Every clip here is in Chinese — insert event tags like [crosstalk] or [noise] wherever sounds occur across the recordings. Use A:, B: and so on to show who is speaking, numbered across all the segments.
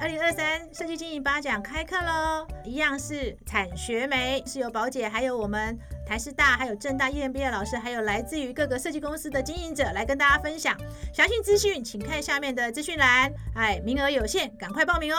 A: 二零二三设计经营八奖开课喽！一样是产学媒，是由宝姐，还有我们台师大，还有正大一 m 毕业老师，还有来自于各个设计公司的经营者来跟大家分享。详细资讯请看下面的资讯栏。哎，名额有限，赶快报名哦！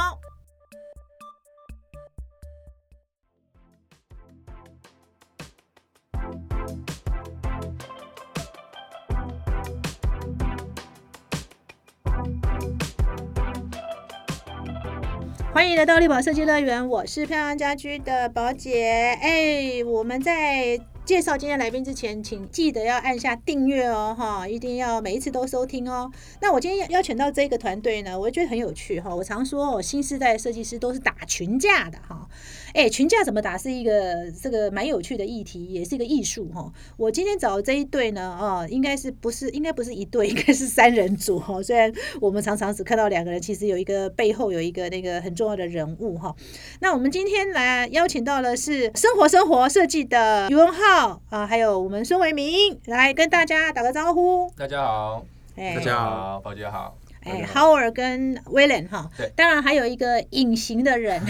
A: 欢迎来到绿宝设计乐园，我是漂亮家居的宝姐。哎，我们在介绍今天来宾之前，请记得要按下订阅哦，哈，一定要每一次都收听哦。那我今天邀请到这个团队呢，我觉得很有趣哈。我常说，哦，新时代的设计师都是打群架的哈。哎，群架怎么打是一个这个蛮有趣的议题，也是一个艺术哈。我今天找的这一对呢，哦，应该是不是应该不是一对， [laughs] 应该是三人组哈。虽然我们常常只看到两个人，其实有一个背后有一个那个很重要的人物哈。那我们今天来邀请到的是生活生活设计的余文浩啊，还有我们孙维明来跟大家打个招呼。
B: 大家好，
A: 哎
C: 大家好，
B: 宝姐好，
A: 哎
B: 大家好
A: ，Howard 跟威廉哈
B: 对，
A: 当然还有一个隐形的人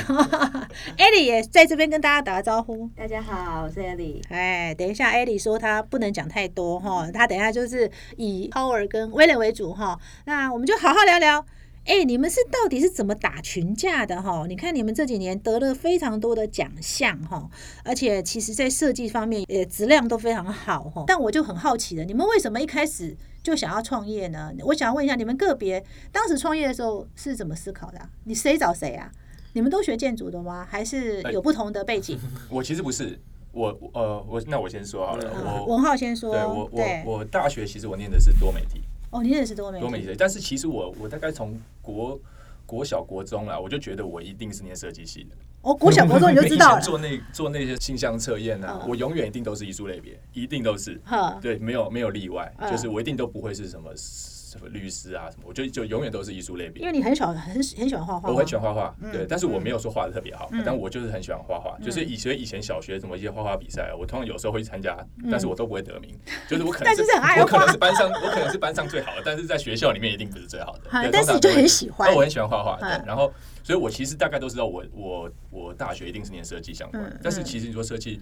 A: [laughs] ，Ellie 也在这边跟大家打个招呼。
D: 大家好，我是 Ellie。
A: 哎，等一下，Ellie 说她不能讲太多哈，她等一下就是以 Howard 跟威廉为主哈，那我们就好好聊聊。哎，你们是到底是怎么打群架的哈？你看你们这几年得了非常多的奖项哈，而且其实在设计方面也质量都非常好哈。但我就很好奇了，你们为什么一开始就想要创业呢？我想要问一下，你们个别当时创业的时候是怎么思考的啊、你谁找谁啊？你们都学建筑的吗？还是
B: 哎
A: 有不同的背景？
B: 我其实不是我我呃我那我先说好了，
C: 嗯
A: 啊
B: [laughs] 我
A: 文浩先说，
B: 对我
A: 对
B: 我我大学其实我念的是多媒体，
A: 哦，你认识多美？
B: 多媒体设计，但是其实我我大概从国国小国中啦，我就觉得我一定是念设计系的，
A: 哦，国小国中你就知道了
B: [laughs] 因为以前。做那做那些性向测验啊，
A: 嗯
B: 我永远一定都是艺术类别，一定都是，
A: 哈，
B: 对，没有没有例外，
A: 嗯
B: 就是我一定都不会是什么什么律师啊什么，我就就永远都是艺术类别
A: 因。为你很喜欢很很喜欢画画吗，
B: 我很喜欢画画，
A: 嗯
B: 对，但是我没有说画的特别好
A: 嗯，
B: 但我就是很喜欢画画。就是以前以前小学什么一些画画比赛，我通常有时候会参加，但是我都不会
A: [laughs]
B: 得名。就是我可
A: 嗯
B: 能
A: 但就是很爱画
B: 我可能是班上，我可能是班上最好的，但是在学校里面一定不是最好的
A: 哈。
B: 对
A: 但是你就很喜欢
B: 通常都会我很喜欢画画，对
A: 嗯
B: 然后所以我其实大概都知道我，我我大学一定是念设计相关的
A: 嗯，
B: 但是其实你说设计。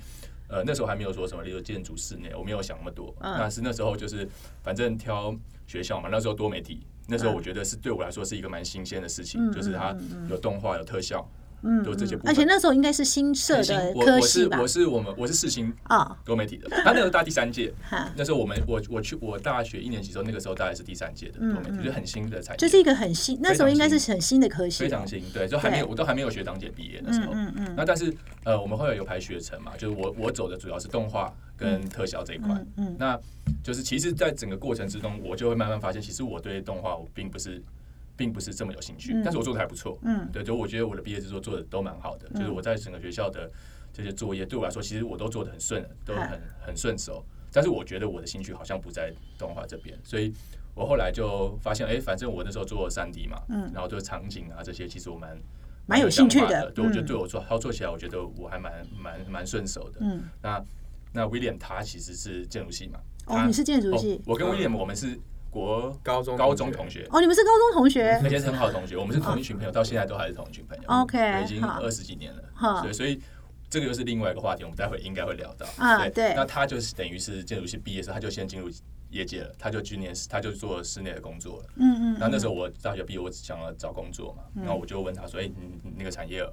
B: 呃，那时候还没有说什么，例如建筑室内，我没有想那么多。
A: 嗯
B: 但是那时候就是，反正挑学校嘛，那时候多媒体，那时候
A: 嗯
B: 我觉得是对我来说是一个蛮新鲜的事情。
A: 嗯
B: 就是它
A: 嗯嗯
B: 有动画、有特效，
A: 嗯
B: 就这些部分
A: 而且那时候应该是新设
B: 世新
A: 的
B: 我
A: 科
B: 我
A: 系
B: 是
A: 吧
B: 我？是我们我是世新
A: 啊，
B: 多媒体的，他那时候大第三届，
A: 哈，
B: 那时候我们我我去我大学一年级的时候，那个时候大概是第三届的多媒
A: 嗯嗯
B: 体，就是很新的产业，
A: 就是一个很新，那时候应该是很新的科系，
B: 非常新，对，就还没有我都还没有学长姐毕业那时候。
A: 嗯嗯嗯
B: 那但是呃，我们后来有排学程嘛，就是我我走的主要是动画跟特效这一块。
A: 嗯嗯，
B: 那就是其实，在整个过程之中，我就会慢慢发现，其实我对动画我并不是，并不是这么有兴趣，
A: 嗯
B: 但是我做的还不错，
A: 嗯，
B: 对，就我觉得我的毕业制作做的都蛮好的，就是我在整个学校的这些作业对我来说，其实我都做的很顺，都很很顺手，但是我觉得我的兴趣好像不在动画这边，所以。我后来就发现，哎、反正我那时候做三 D 嘛，
A: 嗯
B: 然后就场景啊这些，其实我蛮
A: 蛮有兴趣
B: 想法
A: 的
B: 对，我觉得
A: 嗯
B: 对我做操作起来，我觉得我还蛮蛮蛮顺手的。
A: 嗯，
B: 那那 William 他其实是建筑系嘛，
A: 哦，
B: 他
A: 你是建筑系嗯
B: 哦，我跟 William 我们是国
C: 高中
B: 高中同学，
A: 哦，你们是高中同学，
B: 而且是很好的同学，我们是同一群朋友，到现在都还是同一群朋友。
A: OK，
B: 对已经
A: 好
B: 二十几年
A: 好
B: 了，对，所以。这个又是另外一个话题，我们待会应该会聊到。
A: 啊对
B: 那他就是等于是建筑系毕业的时候，他就先进入业界了，他就去年他就做室内的工作了。
A: 嗯嗯，
B: 然后那时候我大学毕业，我想要找工作嘛，然后我就问他说：“哎、你你那个产业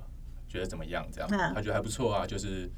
B: 觉得怎么样？”这样，
A: 嗯
B: 他觉得还不错啊，就是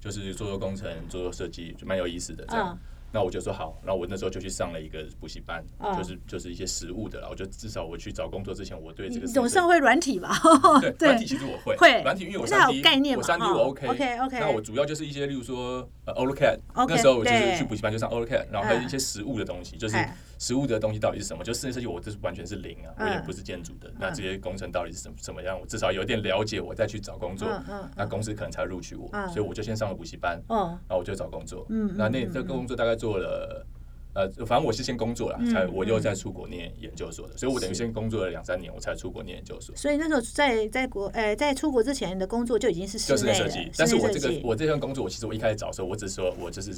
B: 就是做做工程、做做设计，就蛮有意思的这样。
A: 嗯
B: 那我就说好，然后我那时候就去上了一个补习班，
A: 嗯
B: 就是就是一些实务的啦。我就至少我去找工作之前，我对这个
A: 你总
B: 事
A: 是
B: 情
A: 会软体吧？
B: [laughs] 对
A: 哦 [laughs] 对
B: 软体其实我会
A: 会
B: 软体，因为我
A: 那
B: 三
A: 有
B: D
A: 概念嘛
B: 我三 D
A: 哦
B: 我 OK
A: OK，OK
B: 那我主要就是一些例如说呃 AutoCAD，
A: OK，
B: 那时候我就
A: 对
B: 是去补习班就上 AutoCAD，然后还有
A: 嗯
B: 一些实物的东西，就是
A: 哎
B: 实物的东西到底是什么？就室内设计我这是完全是零啊，我
A: 嗯
B: 也不是建筑的，那这些工程到底是什么什么样？我至少有点了解，我再去找工作
A: 嗯嗯嗯，
B: 那公司可能才录取我
A: 嗯，
B: 所以我就先上了补习班，
A: 哦，
B: 然后我就找工作，
A: 嗯
B: 那那这个工作大概做了。呃，反正我是先工作了，才
A: 嗯
B: 我又在出国念研究所的，所以我等于先工作了两三年，我才出国念研究所。
A: 所以那时候在在国呃在出国之前的工作就已经是室
B: 就是
A: 内
B: 设
A: 了
B: 计，，但
A: 室
B: 是
A: 内
B: 我
A: 设
B: 这个
A: 计，
B: 我这份工作，我其实我一开始找的时候，我只是说我就是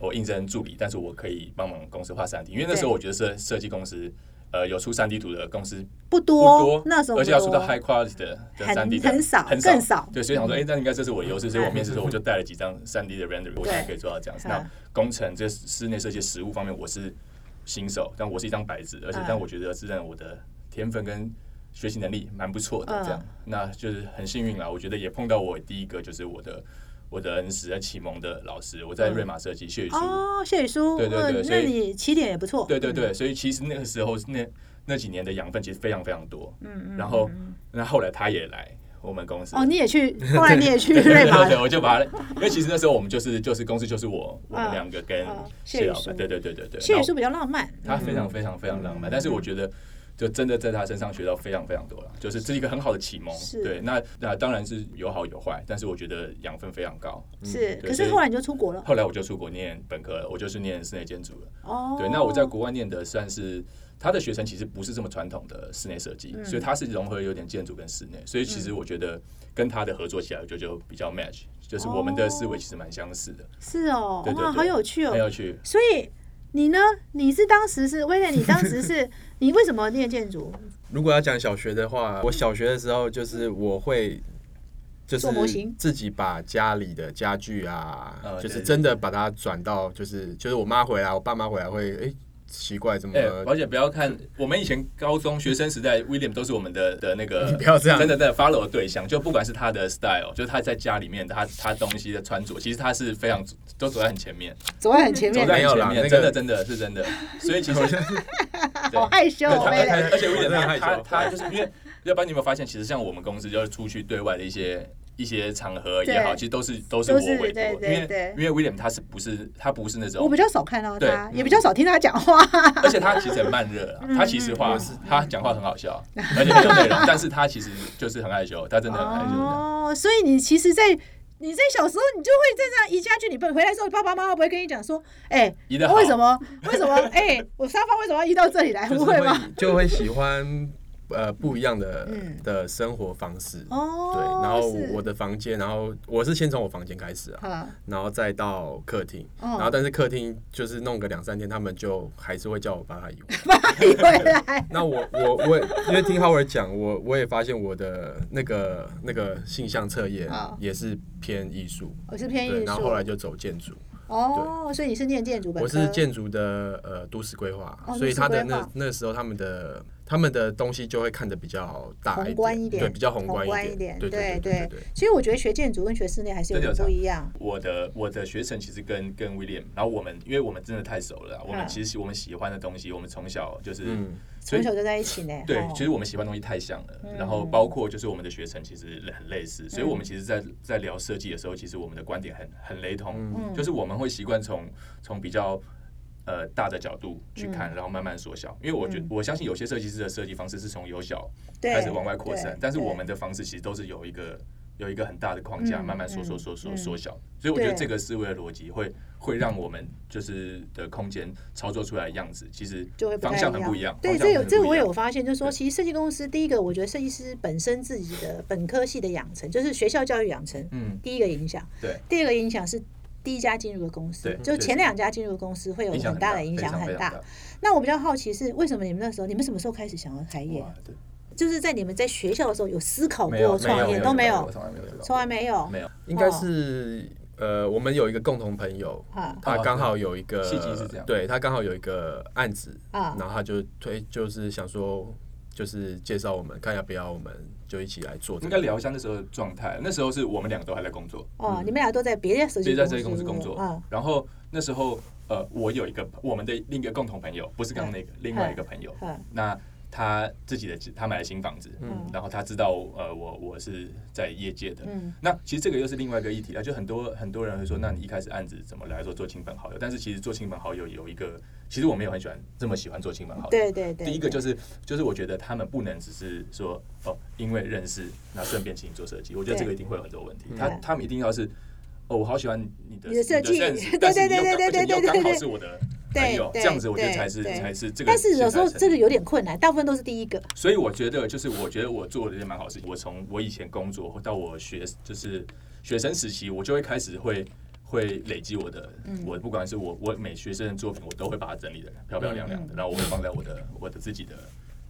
B: 我应征助理，但是我可以帮忙公司画三 D，因为那时候我觉得设设计公司呃有出三 D 图的公司
A: 不
B: 不
A: 多，
B: 多，
A: 那时候
B: 而且要出到
A: 不多
B: high quality 的的
A: 很
B: 三 D
A: 很少
B: 很
A: 更少哎
B: 对，所以想说，哎、那应该这是我的优势，所以我面试的时候我就带了几张三 D 的 render，我现在
A: 对
B: 可以做到这样子。
A: 嗯
B: 那工程这室内设计实物方面，我是新手，但我是一张白纸，而且
A: 嗯
B: 但我觉得自认我的天分跟学习能力蛮不错的，
A: 嗯
B: 这样，那就是很幸运啦。我觉得也碰到我第一个就是我的我的恩师在启蒙的老师，我在瑞玛设计谢宇书。
A: 嗯哦，谢宇书，
B: 对对
A: 嗯
B: 对所
A: 那
B: 以
A: 你起点也不错，
B: 对对对，所以其实那个时候那那几年的养分其实非常非常多。
A: 嗯，嗯
B: 然后
A: 嗯嗯
B: 那后来他也来我们公司，
A: 哦，你也
B: [laughs]
A: 去，后来你也去瑞
B: 对
A: 玛
B: 对对，我就把他，因为其实那时候我们就是就是公司就是我我们两个跟
A: 嗯谢
B: 谢老
A: 宇舒
B: 板，对对对对对，
A: 谢宇嗯书比较浪漫，
B: 然后他非常非常非常浪漫，但是我觉得。就真的在他身上学到非常非常多了，就是这是一个很好的启蒙
A: 是。
B: 对，那那当然是有好有坏，但是我觉得养分非常高。
A: 是，
B: 嗯对
A: 可
B: 所
A: 是
B: 以
A: 后来你就出国了，
B: 后来我就出国念本科了，我就是念室内建筑了。
A: 哦，
B: 对，那我在国外念的算是他的学程其实不是这么传统的室内设计，所以它是融合有点建筑跟室内，所以其实我觉得跟他的合作起来，我觉得就比较 match，就是我们的思维其实蛮相似的，
A: 是哦，
B: 对对
A: 哇，
B: 对
A: 好有趣
B: 很
A: 哦，
B: 有趣。
A: 所以。你呢？你是当时是威廉，你当时是 [laughs] 你为什么念建筑？
C: 如果要讲小学的话，我小学的时候就是我会。就
A: 做模型
C: 是自己把家里的家具啊
B: 呃，
C: 就是
B: 对
C: 真的把它转到，就是就是我妈回来，我爸妈回来会，哎，奇怪，怎么
B: 哎、而且不要看我们以前高中学生时代，William 都是我们的的那个，
C: 你 [laughs] 不要这样
B: 真的在 follow 的对象。就不管是他的 style，就是他在家里面他他东西的穿着，其实他是非常都走在很前面，
A: 走在很前
B: 走
A: 面，
B: 在很
C: 没有
B: 前
C: 啦
B: 面，
C: 那个
B: 真的真的是真的。所以其实对
A: 好害羞
B: 对，
A: 哦，
B: 他
A: 威
B: 而且
A: 廉。
B: 而且有点
C: 我真的
B: 他
C: 害
B: 他
C: 羞
B: 他就是因为，要不然你有没有发现，其实像我们公司就是出去对外的一些一些场合也好，
A: 对
B: 其实都是都是
A: 都
B: 我
A: 是
B: 为多，
A: 对
B: 因
A: 对
B: 为
A: 对
B: 因为 William 他是不是他不是那
A: 我
B: 种
A: 比，较少看到
B: 对
A: 他，也比较少听他讲话。
B: 而且他其实很慢热
A: 嗯
B: 啊，他其实话
C: 我是
B: 他讲话很好笑，而且很有内容，但是他其实就是很害羞，他真的很害羞的。
A: 哦，所以你其实在，你在小时候，你就会在这样移家具，你不回来之后，爸爸妈妈不会跟你讲说，哎、
B: 移得好
A: 为什么？为什么？哎、我沙发为什么要移到这里来？
C: 就是
A: 不会吗？
C: 就会喜欢呃不一样的
A: 嗯
C: 的生活方式。
A: 哦，
C: 对，然后
A: 是
C: 我的房间，然后我是先从我房间开始啊，
A: 啊，
C: 然后再到客厅，
A: 哦
C: 然后但是客厅就是弄个两三天，他们就还是会叫我把它移回来。
A: 移回来，
C: 那我我我也，因为听浩尔讲，我我也发现我的那个那个性向测验
A: 啊
C: 也是偏艺术，
A: 我是偏
C: 对，
A: 艺
C: 然后
A: 术
C: 后。来就走建筑，
A: 哦，所以你是念建筑本
C: 我
A: 科？
C: 是建筑的呃都市规划
A: 哦，
C: 所以他的
A: 都市规划
C: 那那时候他们的他们的东西就会看得比较大
A: 宏观一点，
C: 对，比较宏观
A: 观
C: 一点，
A: 对
C: 对对
A: 对
C: 对对。。
A: 其实我觉得学建筑跟学室内还是有
B: 真的
A: 点
B: 有
A: 不一样。
B: 我的我的学程其实跟跟 William，然后我们因为我们真的太熟了啊，我
A: 嗯
B: 们其实我们喜欢的东西，我们从小就是
C: 嗯，
B: 所以
A: 从小就在一起呢。
B: 对
A: 哦，嗯
B: 其实我们喜欢的东西太像了，然后包括就是我们的学程其实很类似，所以我们其实在，在聊设计的时候，其实我们的观点很很雷同，
A: 嗯
B: 就是我们会习惯从从比较呃大的角度去看，然后慢慢缩小，因为我觉
A: 嗯
B: 我相信有些设计师的设计方式是从由小
A: 对
B: 开始往外扩散
A: 对，
B: 但是
A: 对
B: 我们的方式其实都是有一个有一个很大的框架，
A: 嗯
B: 慢慢缩
A: 嗯
B: 缩缩缩
A: 嗯
B: 缩小，所以我觉得
A: 对
B: 这个思维的逻辑会会让我们就是的空间操作出来的样子，其实
A: 就会不
B: 方
A: 太
B: 向
A: 一
B: 很
A: 样
B: 不一样。
A: 对，
B: 方
A: 这
B: 向
A: 有
B: 很
A: 这个
B: 不一
A: 我
B: 样
A: 有发现，就是说，其实设计公司第一个，我觉得设计师本身自己的本科系的养成，就是学校教育养成，
B: 嗯
A: 第一个影响。
B: 对。
A: 第二个影响是第一家进入的公司
B: 对，
A: 就
B: 对
A: 前两家进入的公司会有
B: 影响
A: 很
B: 很
A: 大
B: 大
A: 的影
B: 非
A: 响
B: 常非
A: 很
B: 常
A: 大
B: 大。
A: 那我比较好奇是，为什么你们那时候，你们什么时候开始想要开业
B: 哇？对
A: 就是在你们在学校的时候有思考
B: 没有
A: 过创业
B: 没有
A: 都没
B: 我
A: 有，
B: 从来没有这个
A: 从来没有。
B: 没有
C: 应
A: 哦
C: 该是呃，我们有一个共同朋友
A: 啊，
C: 他刚好有一个
B: 戏剧是这样
C: 对他刚好有一个案子
A: 啊
C: 然后他就推，就是想说，就是介绍我们，看要不要我们就一起来做这
B: 应该
C: 个。
B: 聊一下那时候的状态。那时候是我们两个都还在工作，
A: 哦，你们俩都在别的设
B: 所
A: 计
B: 以在这些公司
A: 是不
B: 工
A: 是
B: 作
A: 啊。
B: 然后那时候呃，我有一个我们的另一个共同朋友，不是刚刚那个另外一个朋友
A: 嗯，
B: 那他自己的他买了新房子，然后他知道呃我我是在业界的
A: 嗯。
B: 那其实这个又是另外一个议题啊，就很多很多人会说，那你一开始案子怎么来说做亲朋好友？但是其实做亲朋好友有一个，其实我没有很喜欢这么喜欢做亲朋好友。
A: 对对对，
B: 第一
A: 对
B: 个就是就是我觉得他们不能只是说哦，因为认识，那顺便请你做设计，我觉得
A: 对
B: 这个一定会有很多问题。他
A: 对
B: 他们一定要是哦，我好喜欢你的
A: 你的设计
B: 认
A: 对
B: 识
A: [laughs] 对
B: 但是你又
A: 对
B: 刚
A: 对
B: 而且你
A: 对
B: 又
A: 对
B: 刚好
A: 对
B: 是我的朋
A: 对
B: 友，这
A: 对
B: 样子我觉得
A: 对
B: 才是
A: 对
B: 才是这个。
A: 但是有时候
B: 才是
A: 这个有点困难，大部分都是第一个。
B: 所以我觉得，就是我觉得我做了一件蛮好的事情。我从我以前工作到我学，就是学生时期，我就会开始会会累积我的，
A: 嗯
B: 我不管是我我每学生的作品，我都会把它整理的漂漂亮亮的，然后我会放在我的我的自己的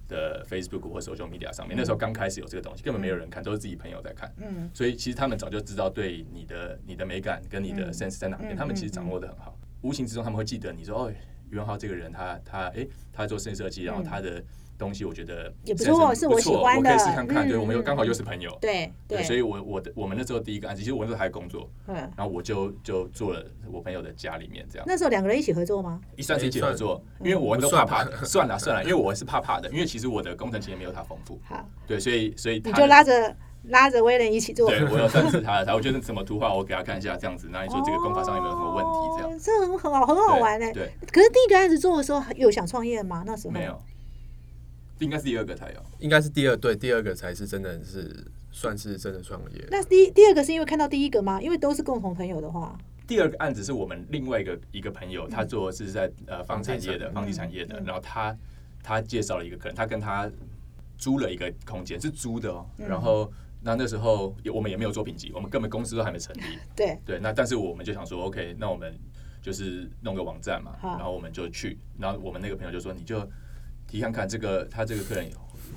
B: 的 Facebook 或 social media 上面。那时候刚开始有这个东西，根本没有人看，都是自己朋友在看。
A: 嗯
B: 所以其实他们早就知道对你的你的美感跟你
A: 嗯
B: 的 sense 在哪边，
A: 嗯
B: 他们其实掌握的很好。无形之中他们会记得你说哦，于文浩这个人他他诶，他做室内设计，然后他的东西我觉得
A: 嗯也不
B: sense
A: 错
B: 很
A: 是
B: 不
A: 我喜
B: 错
A: 欢的
B: 我可以试看
A: 嗯
B: 看。对，我们又
A: 嗯
B: 刚好又是朋友，
A: 对对，
B: 所
A: 以
B: 以我我的我们那时候第一个案子，其实我那时候还在工作，
A: 嗯，
B: 然后我就就做了我朋友的家里面这样，
A: 那嗯时候两个人一起合作吗？
B: 哎一算是一起合作，因为我都怕怕的，算了算了，因为我是怕怕的，因为其实我的工程经验没有他丰富，
A: 好，
B: 对，所以所以他
A: 你
B: 的
A: 就拉着拉着威廉一起做。
B: 对我有算是他的，然后我觉得什么图画我给他看一下这样子，那你说这个功法上有没有什么问题这样？
A: 哦？这很很好，很好玩哎。
B: 对，
A: 可是第一个案子做的时候，有想创业吗？那时
B: 对
A: 候
B: 没，有，应该是第二个才哦有，
C: 应该是第二对，第二个才是真的是算是真的创业。
A: 那第一第二个是因为看到第一个吗？因为都是共同朋友的话，
B: 第二个案子是我们另外一个一个朋友，
A: 嗯
B: 他做的是在呃房产业的
C: 嗯
B: 房地产业的，然后他他介绍了一个客人，他跟他租了一个空间，是租的哦，
A: 嗯
B: 然后。那那时候也我们也没有作品集，我们根本公司都还没成立。
A: 对，
B: 对，那但是我们就想说，OK，那我们就是弄个网站嘛，
A: 好
B: 然后我们就去，然后我们那个朋友就说，你就提看看这个他这个客人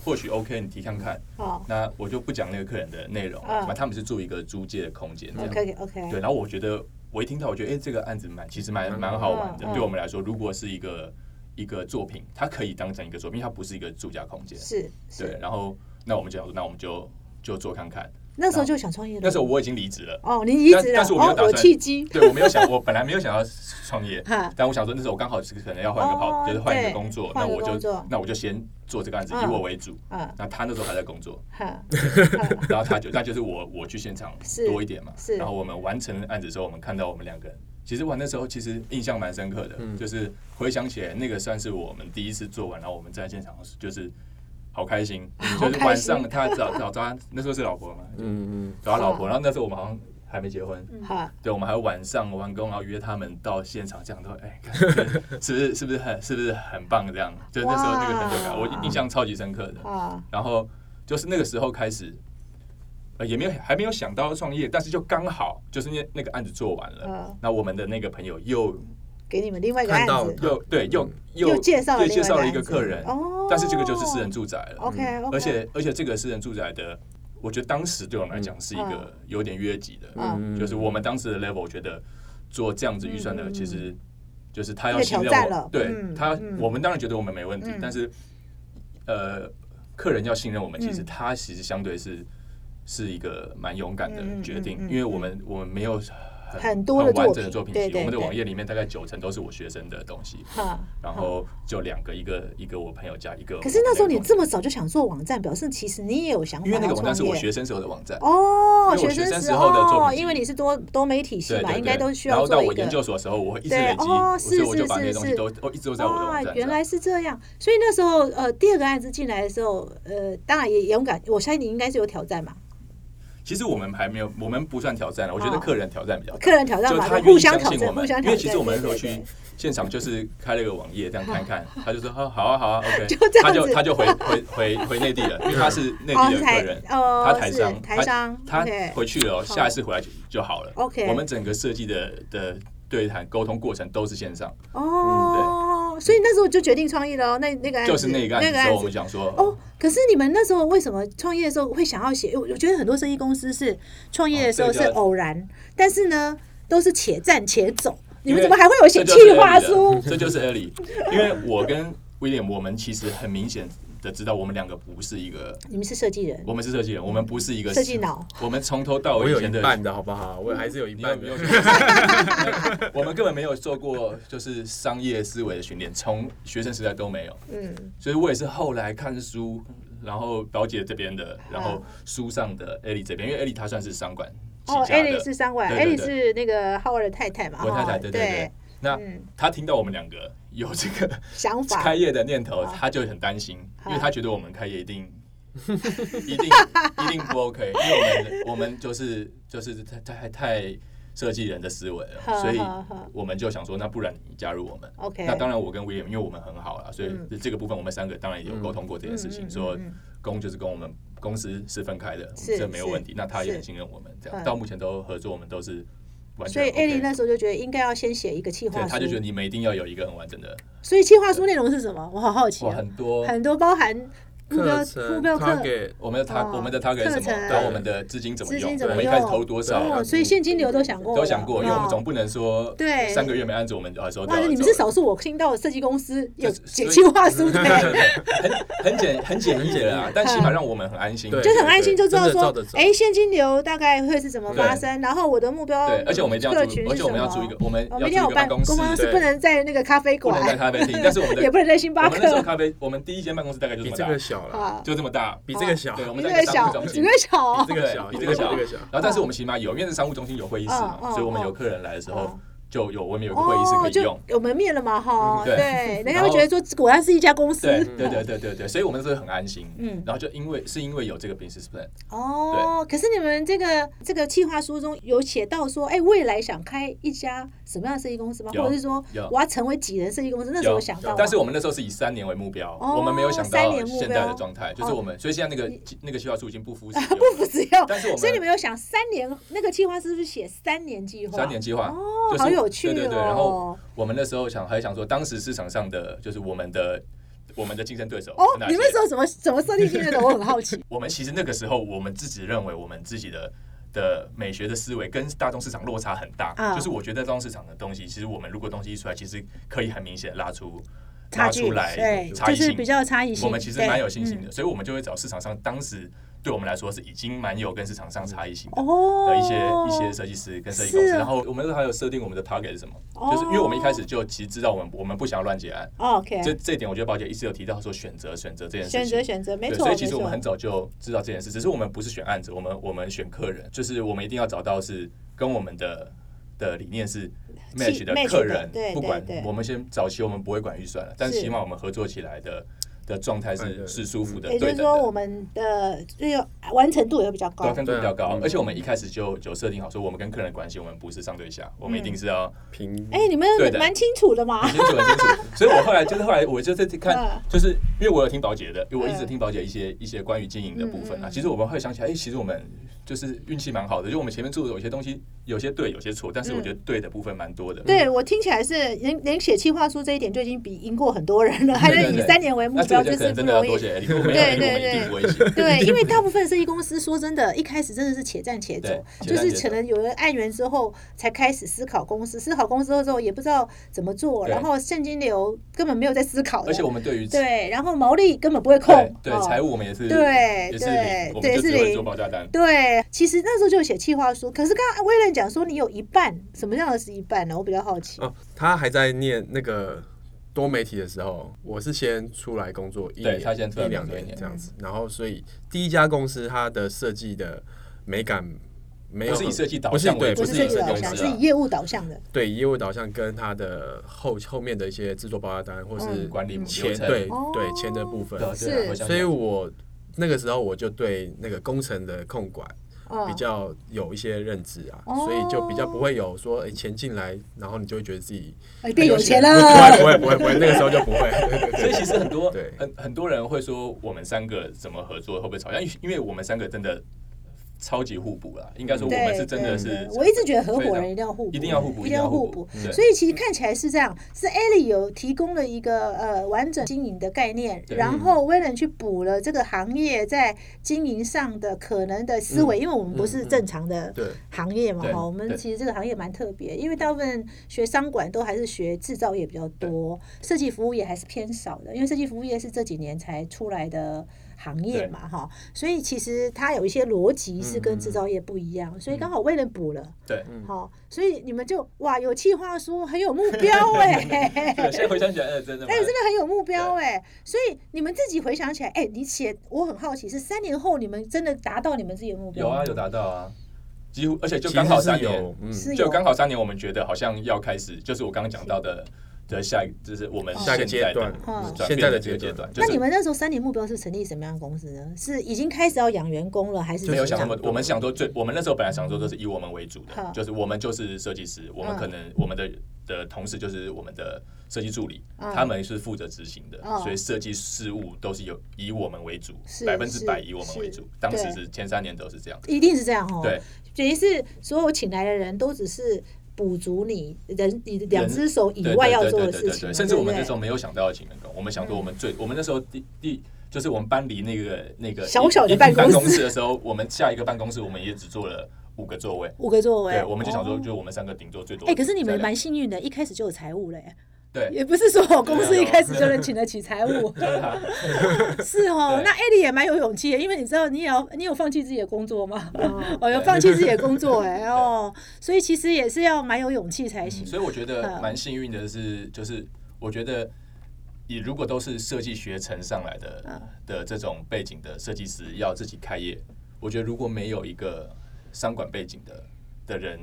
B: 或许 OK，你提看看。
A: 哦
B: 那我就不讲那个客人的内容，
A: 嗯
B: 那、他们是住一个租借的空间这样。
A: ，OK OK，
B: 对，然后我觉得我一听到，我觉得哎、诶这个案子蛮其实蛮
C: 蛮
B: 蛮好玩的。
A: 嗯嗯
B: 对我们来说，如果是一个一个作品，它可以当成一个作品，因为它不是一个住家空间。
A: 是是，，
B: 对
A: 嗯
B: 然后那我们就想说，那我们就就做看看。
A: 那时候就想创业了。
B: 那时候我已经离职了，
A: 哦，你离职
B: 但
A: 了，
B: 但是我没有
A: 哦
B: 打，
A: 有
B: 算
A: 契机，
B: 对我没有想，我本来没有想要创业
A: 哈，
B: 但我想说那时候我刚好是可能要换一个跑，
A: 哦
B: 就是换一
A: 对
B: 个工作，
A: 换
B: 那
A: 个
B: 我
A: 工作
B: 就那我就先做这个案子，以
A: 嗯
B: 我为主。
A: 嗯，
B: 那他那时候还在工作，
A: 哈，
B: 然后他就那就是我我去现场
A: 是
B: 多一点嘛
A: 是，
B: 然后我们完成案子之后，我们看到我们两个人，其实我那时候其实印象蛮深刻的，就是回想起来那个算是我们第一次做完，然后我们在现场就是好开心，
A: 好
B: 就是
A: 开
B: 晚
A: 心
B: 上他找找他那时候是老婆嘛，
C: 嗯嗯，
B: 找他老婆，然后那时候我们好像还没结婚，
A: 哈，
B: 对，我们还晚上完工，然后约他们到现场，这样都哎，看是是不是是不是很是不是很棒？这样，就那时候那个成就感，
A: 哇
B: 我印象超级深刻的。
A: 啊，
B: 然后就是那个时候开始，呃，也没有还没有想到要创业，但是就刚好就是那那个案子做完了
A: 嗯，
B: 那、我们的那个朋友又
A: 给你们另外一个案
C: 看到
A: 子，
B: 又对又
A: 哦又介绍了
B: 又介绍了
A: 另外一
B: 一
A: 个
B: 个客人，
A: 案子哦
B: 但是这个就是私人住宅了，嗯
A: ，OK OK，
B: 而且而且这个私人住宅的，我觉得当时对我们来讲是一
A: 嗯
B: 个有点越级的，
A: 嗯
B: 就是我们当时的 level，我觉得做这样子预算的，其实就是他要
A: 这个嗯挑
B: 信任
A: 战
B: 我
A: 了，
B: 对
A: 嗯
B: 他
A: 嗯，
B: 我们当然觉得我们没问题
A: 嗯，
B: 但是呃，客人要信任我们，其实
A: 嗯
B: 他其实相对是是一个蛮勇敢
A: 嗯嗯
B: 的
A: 嗯
B: 决定
A: 嗯，嗯
B: 因为我们我们没有
A: 很
B: 很
A: 多的
B: 很完
A: 作
B: 整的
A: 品
B: 作品
A: 对
B: 集，
A: 对
B: 我们的
A: 对
B: 网页里面大概九成都是我学生的东西，
A: 哈，
B: 然后就两个，一个一个我朋友家，一个我
A: 可是那时候你
B: 朋友
A: 这么早就想做网站，表示其实你也有想法
B: 因为那个
A: 要
B: 网站
A: 创
B: 是我
A: 业。
B: 学生时候的网站，
A: 哦，
B: 因为我学
A: 生
B: 生时候的作
A: 哦，
B: 品集
A: 因为你是多多媒体系
B: 对
A: 吧，
B: 对对，
A: 应该都需
B: 然
A: 要
B: 后到
A: 做一
B: 我
A: 个
B: 研。究所的时候，我会一直
A: 对
B: 累积，
A: 哦
B: 所以
A: 是
B: 我就把
A: 是
B: 那些
A: 是
B: 东西
A: 是
B: 都都一直都在我的网站上。
A: 哦原来是这样，所以那时候呃，第二个案子进来的时候，呃，当然也勇敢，我相信你应该是有挑战嘛，
B: 其实我们还没有，我们不算挑战了，我觉
A: 哦
B: 得客人挑战比较大。
A: 客人挑战
B: 就
A: 嘛，
B: 他
A: 互
B: 愿意
A: 相
B: 相
A: 挑
B: 信我
A: 战，互
B: 们
A: 相，
B: 因
A: 挑
B: 为
A: 战。
B: 其实我们那时候
A: 对对
B: 去
A: 对
B: 现场就是开了一个网页这样看看，他就说哦好啊好啊
A: [laughs]
B: OK，
A: 就这样
B: 他就
A: 子
B: 他就回回回回内地了，因为他是
A: [laughs]
B: 内
A: 哦
B: 地
A: 是
B: 的客人，
A: 台哦
B: 他台
A: 是
B: 商，
A: 台
B: 他
A: 商
B: 他
A: OK
B: 回去了，
A: 好
B: 下一次回来就就好了。
A: OK
B: 我们整个设计的的对谈沟通过程都是线上，
A: 哦，所以那时候就决定创业了哦，那那个案子
B: 嗯就是那个案
A: 那
B: 子
A: 个
B: 之后，
A: 案
B: 我
A: 子
B: 们想说
A: 哦，可是你们那时候为什么创业的时候会想要写？我我觉得很多生意公司是创业的时候
B: 哦这
A: 是
B: 个
A: 偶然，但是呢，都是且战且走。你
B: 因
A: 们怎
B: 为
A: 么还会有写
B: 这
A: 计
B: 就是 Ellie
A: 划
B: 的
A: 书？
B: 这就是 Ellie，因为我跟 William，我们其实很明显的知道，我们两个不是一个，
A: 你们是设计人，
B: 我们是设计人，我们不是一个
A: 设计脑，
B: 我们从头到
C: 我
B: 尾
C: 有
B: 以前
C: 一
B: 的。
C: 半的好不好？我还是有一
B: 你有
C: 半
B: 没
C: 的
B: 有？我们根本没有做过就是商业思维的训练，从学生时代都没有。
A: 嗯，
B: 所以我也是后来看书，然后宝姐这边的，
A: 嗯
B: 然后书上的 Ellie 这边，因为 Ellie 她算是商管起
A: 哦
B: 家
A: ，Ellie
B: 的，
A: 是商管
B: 对对
A: ，Ellie
B: 对
A: 是那个浩尔的太太嘛，
B: 我太
A: 哈
B: 太，对对对。那
A: 嗯，
B: 她听到我们两个有这个
A: 想法
B: [laughs] 开业的念头，
A: 啊
B: 他就很担心，
A: 啊
B: 因为他觉得我们开业
A: [laughs]
B: 一定一定一定不 OK，因为我们我们就是就是太太太设计人的思维
A: 呵
B: 了，所以
A: 呵呵
B: 我们就想说，那不然你加入我们。
A: ，OK，
B: 那当然，我跟 William，因为我们很好啦，所以
A: 嗯
B: 这个部分我们三个当然也有沟通过这件事
A: 嗯嗯
B: 情，
A: 嗯
B: 说
A: 嗯
B: 公就是跟我们公司是分开的，
A: 是
B: 这没有问题
A: 是。
B: 那他也
A: 是
B: 很信任我们，这
A: 嗯
B: 样到目前都合作，我们都是完
A: 所以
B: 全
A: 艾莉
B: OK。
A: 那时候就觉得应该要先写一个企
B: 对，
A: 划书
B: 他就，觉得你们一定要有一个很完整的，
A: 所以企划书内容是什么？我好好奇
B: 哇，
A: 啊，
B: 很多
A: 很多包含目标
C: 课
A: 目
C: 程
A: 标课
C: target
B: 我们的 target
A: 哦
B: 我们的 target 是
A: 课
B: 什么，
A: 程
B: 然后我们的资金怎么
A: 资金
B: 用，
A: 怎
B: 我
A: 么
B: 们一开始
A: 用
B: 投多少，嗯
A: 哦，所以现金流都想过了，
B: 都想过，因为我们总
A: 哦
B: 不能说
A: 对
B: 三个月没按着我们啊说
A: 哇，
B: 就要
A: 你们
B: 走
A: 是
B: 了
A: 少数我听到的设计公司有
B: 就是
A: 写
B: 所以
A: 企划
B: [laughs]
A: 书的，
B: 很很简很简易的啦，但起码让我们很安心，
C: 对
A: 嗯就是很安心，就知道
C: 真的
A: 说
C: 照着，走
A: 哎，现金流大概会是怎么发生，然后我的目标
B: 对，而且我们一定要
A: 客
B: 租
A: 群，
B: 而
A: 是
B: 且
A: 什
B: 我们要租一
A: 么哦
B: 个，？我们
A: 我们
B: 要租
A: 一
B: 一
A: 定要
B: 个
A: 有
B: 办
A: 办
B: 公室
A: 公，室，
C: 对
A: 不能在那个咖啡
B: 不能在
A: 馆，
B: 咖啡厅，但是我们
A: [laughs]
B: 的
A: 也不能在星
B: 我
A: 巴
B: 们那时候
A: 克
B: 咖啡，我们第一间办公室大概就
C: 比
B: 这么
C: 这
B: 大
C: 个，小了，
A: 啊。
B: 就这么大，
C: 比这个小，
B: 对，我
C: 比
B: 们
A: 你这
B: 在一
A: 个
B: 个商
A: 小，
B: 务中
A: 你这
B: 心
A: 个。小啊，
C: 这个
B: 对
C: 小，比
B: 比
C: 这
B: 这
C: 个
B: 个
C: 小，
B: 小
C: 比这个小。
B: 然后，但是我们起码有，因为是商务中心有会议室嘛，
A: 嗯嗯
B: 所以我们有
A: 嗯
B: 客人来的时候
A: 嗯
B: 就有我们有个会议室
A: 哦，
B: 可以用
A: 就。有门面了嘛，哈，
B: 嗯对 [laughs]
A: 对，人家
B: 然
A: 会
B: 后
A: 觉得说果然是一家公司，
B: 对对对对对对，所以我们是很安心。
A: 嗯
B: 然后就因为是因为有这个 business plan，
A: 哦，可是你们这个这个计划书中有写到说，哎，未来想开一家什么样的设计公司吗？
B: 有
A: 或者是说
B: 有
A: 我要成为几人设计公司？那时候
B: 有
A: 想到吗，
B: 但是我们那时候是以三年为目标，
A: 哦
B: 我们没有想
A: 三
B: 到
A: 年目标
B: 现在的状态，就是我们，所以现在那个
A: 你
B: 那个计划书已经不敷使
A: [laughs] 不
B: 用
A: 服
B: 了。
A: 只要，
B: 但是我们
A: 所以你们有想三年那个计划是不是写三年计划？
B: 三年计划，
A: 哦，
B: 就是
A: 好有趣哦。
B: 对对对，然后我们那时候想还想说，当时市场上的就是我们的我们的竞争对手
A: 哦
B: 是哪，些
A: 你那时候怎么怎么设定竞争的？我很好
B: [laughs]
A: 奇。
B: 我们其实那个时候我们自己认为我们自己的。的美学的思维跟大众市场落差很大，
A: 啊
B: 就是我觉得大众市场的东西，其实我们如果东西一出来，其实可以很明显拉出
A: 差
B: 拉
A: 距
B: 出来
A: 对，
B: 差
A: 就
B: 异
A: 是
B: 性
A: 比，较差异性。哎
B: 我们其实蛮有信心
A: 对。嗯
B: 的，所以我们就会找市场上当时对我们来说是已经蛮有跟市场上差异性的
A: 嗯哦，
B: 的一些、一些设计师跟设计公
A: 是
B: 司。然后我们还有设定我们的 target 是什么，
A: 哦
B: 就是因为我们一开始就其实知道我们我们不想要乱结案，
A: OK，
B: 这这一点我觉得宝姐一直有提到说选择选哦择这件事情。
A: 选择选择，没
B: 对，
A: 错
B: 所以
A: 没
B: 其实我们
A: 错
B: 很。早就知道这件事，只是我们不是选案子，我们我们选客人，就是我们一定要找到是跟我们的的理念是 match 的
A: match 的
B: 客人
A: 对，
B: 不管
A: 对对
B: 我们先早期我们不会管预算了，但
A: 是
B: 起码我们合作起来的的状态
C: 对嗯
B: 是
C: 对
B: 是舒服的，
A: 也就
B: 对
A: 是
B: 等
A: 说，我
B: 的。
A: 们的这个完成度也会比较
B: 对，
A: 高。
B: 分度比较
C: 对啊
B: 高
C: 嗯，
B: 而且我们一开始就有设定好，说我们跟客人的关系，我们不是上对下，我们一
A: 嗯
B: 定是要
C: 平
A: 哎，你们
B: 对的
A: 蛮清楚的嘛
B: 很。清楚很清楚。所以我后来就是后来我就在
A: 嗯
B: 看，就是因为我有听宝姐的，因为我一直
A: 嗯
B: 听宝姐一些一些关于经营的部分
A: 嗯
B: 啊。
A: 嗯嗯
B: 其实我们会想起来，哎，其实我们就是运气蛮好的，就我们前面做的有些东西，有些对，有些错，但是我觉得对的部分蛮多的。
A: 嗯对我听起来是连连写计划书这一点就已经比赢过很多人了，还是
B: 对
A: 以
B: 对
A: 三年为目
B: 那这
A: 标，
B: 个
A: 就
B: 就可
A: 是
B: 能
A: 不
B: 真的要
A: 容易
B: 多。谢 Ellie，如果没有
A: 对
B: Ellie，
A: 对
B: 我们 [laughs] 一
A: 对
B: 定不会行。
A: 对，因为大部分设计公司说真的，一开始真的是且战且走，
B: 对
A: 就
B: 且战
A: 是
B: 且
A: 可能有了案源之后，才开始思考公司，思考公司之后也不知道怎么做，
B: 对
A: 然后现金流根本没有在思考的，
B: 而且我们对于
A: 对，然后毛利根本不会控
B: 对，对
A: 哦
B: 财务我们也是
A: 对
B: 也是
A: 对
B: 零，我
A: 对
B: 们就是只会
A: 零
B: 做报价单。
A: 对，其实那时候就有写企划书，可是刚刚威廉讲说你有一半，什么样的是一半呢？我比较好奇。
B: 嗯
C: 哦，他还在念那个多媒体的时候，我是先出来工作一
B: 对
C: 年，
B: 他先出来
C: 一两
B: 工作一
C: 年
B: 年
C: 这样子，然后所以第一家公司它的设计的美感没有
B: 不是以
C: 很
B: 设计导
C: 不是
B: 向
C: 对，
B: 为
A: 不
B: 主
C: 不
A: 是
B: 以
A: 设
C: 以
A: 计
C: 设
A: 导
B: 设计为
C: 计为
A: 向，
B: 主
C: 主
A: 是
B: 啊
A: 以业务导向的。
C: 对业务导向跟它的后后面的一些制作报价单或是
A: 嗯
B: 管理流
C: 钱
B: 程
C: 对
A: 哦
C: 对钱的部分
B: 对，啊对啊
A: 是
B: 我想
C: 所以
B: 想
C: 我那个时候我就对那个工程的控管。
A: 嗯
C: 比较有一些认知啊，
A: 哦
C: 所以就比较不会有说诶钱进来，然后你就会觉得自己
A: 哎变有钱
C: 不
A: 了。
C: 会不会不会不会，那个时候就不会。 [laughs]
B: 所以其实很多
C: 对
B: 很很多人会说我们三个怎么合作会不会吵架？因为因为我们三个真的超级互补啦，应该说我们是真的
A: 对对
B: 是
A: 对我一直觉得合伙
B: 非
A: 人
B: 常
A: 一定要互补，
B: 一定要互补
A: 一定要互
B: 一定要互
A: 补
B: 补。对
A: 所以其实看起来是这样，是 Ellie 有提供了一个呃完整经营的概念，
B: 对
A: 然后威廉去补了这个行业在经营上的可能的思维，因为我们不是
C: 嗯嗯
A: 正常的
C: 对
A: 行业嘛，
B: 对
A: 哈，我们
B: 对
A: 其实这个行业蛮特别，因为大部分学商管都还是学制造业比较多，设计服务业还是偏少的，因为设计服务业是这几年才出来的行业
B: 对
A: 嘛，哈，所以其实它有一些逻辑是跟制造业不一样，所以刚好为了补了，
B: 对。
A: 好，所以你们就哇有计划书，很有目标哎、
B: 对，现在回想起来，呃，真的蛮，
A: 哎、真的很有目标哎、所以你们自己回想起来，哎、你写我很好奇，是三年后你们真的达到你们自己的目标
B: 有
A: 吗
B: 啊，有达到啊，几乎，而且就刚好
C: 其实
B: 三
C: 是
B: 年，
C: 有，嗯，
A: 是有
B: 就刚好三年，我们觉得好像要开始，就是我刚刚讲到的，的下一就是我们
C: 下一个
B: 现在
C: 阶段
B: 的
A: 嗯
B: 转
C: 现在
B: 变这
C: 的
B: 个
C: 阶
B: 阶
C: 段
B: 段，就
A: 那你
B: 是
A: 们那时候三年目标是成立什么样的公司呢？是已经开始要养员工了，还是
B: 没有想那
A: 怎么
B: 么
A: 样？
B: 多。我们想说最，我们那时候本来想说都是以我们为主
A: 好
B: 的，就是我们就是设计师，我们
A: 嗯
B: 可能我们的的同事就是我们的设计助理，
A: 嗯
B: 他们是负责执行的
A: 嗯，
B: 所以设计事务都是有以我们为主
A: 是，
B: 百分之百
A: 是
B: 以我们
A: 是
B: 为主。当时
A: 对
B: 是前三年都是这样，
A: 一定是这样哦。
B: 对，
A: 等于是所有请来的人都只是补足你人你的两只手以
B: 对
A: 外
B: 对
A: 要
B: 对
A: 做的
B: 对对
A: 事
B: 对
A: 情
B: 对
A: 嘛，
B: 甚至我们
A: 对
B: 那
A: 不
B: 时候没有想到要请员工，我们想说我们最，我们那时候第第就是我们搬离那个那个
A: 小小的
B: 一一
A: 办公
B: 办
A: 室
B: 公室的时候，我们下一个办公室我们也只做了五个座位，
A: 对五个座位，
B: 对，我们就想说，
A: 哦
B: 就我们三个顶多最多。
A: 哎、可是你们
B: 再两
A: 蛮幸运的，一开始就有财务了耶，
B: 对，
A: 也不是所有公司
B: 对
A: 一
B: 啊
A: 开始就能请得起财
B: [laughs]
A: 务， [laughs] 是哦。
B: 对
A: 那艾莉也蛮有勇气的，因为你知道你也要你有放弃自己的工作吗？
D: 哦
A: [laughs] 哦，有
B: 对
A: 放弃自己的工作哎哦，所以其实也是要蛮有勇气才行。
B: 所以我觉得
A: 嗯
B: 蛮幸运的是，就是我觉得你如果都是设计学程上来
A: 嗯
B: 的的这种背景的设计师，要自己开业，我觉得如果没有一个商管背景的的人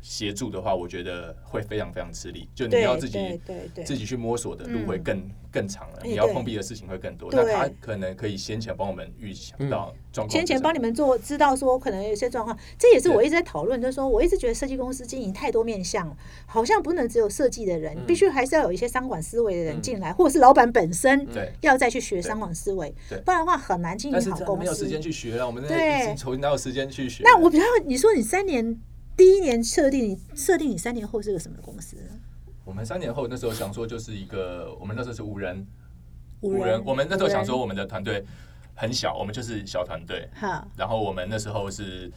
B: 协助的话，我觉得会非常非常吃力。就你
A: 对
B: 要自
A: 对
B: 己
A: 对对
B: 自己去摸索的路会更更长了，
A: 哎
B: 你要
A: 对
B: 碰壁的事情会更多。
A: 哎对
B: 那他可能可以先前帮我们预想到状况是什
A: 先
B: 么，
A: 前帮你们做，知道说可能有一些状况，这也是我一直在讨论，就是说我一直觉得设计公司经营太多面向了，好像不能只有设计的
B: 嗯
A: 人，必须还是要有一些商管思维的人进来，或者是老板本身
B: 对
A: 要再去学商管思维
B: 对，
A: 不然的话很难经
B: 但
A: 营
B: 是
A: 好
B: 真的
A: 公
B: 没有时
A: 司。
B: 间去学了，啊我们
A: 对
B: 那一直从哪有时间去学？
A: 那我比较，你说你三年。第一年设定你设定你三年后是个什么公司？
B: 我们三年后那时候想说，就是一个我们那时候是五人，
A: 五人
B: 我们那时候想说，
A: 五人
B: 我们的团队很小，我们就是小团队。
A: 哈
B: 然后我们那时候是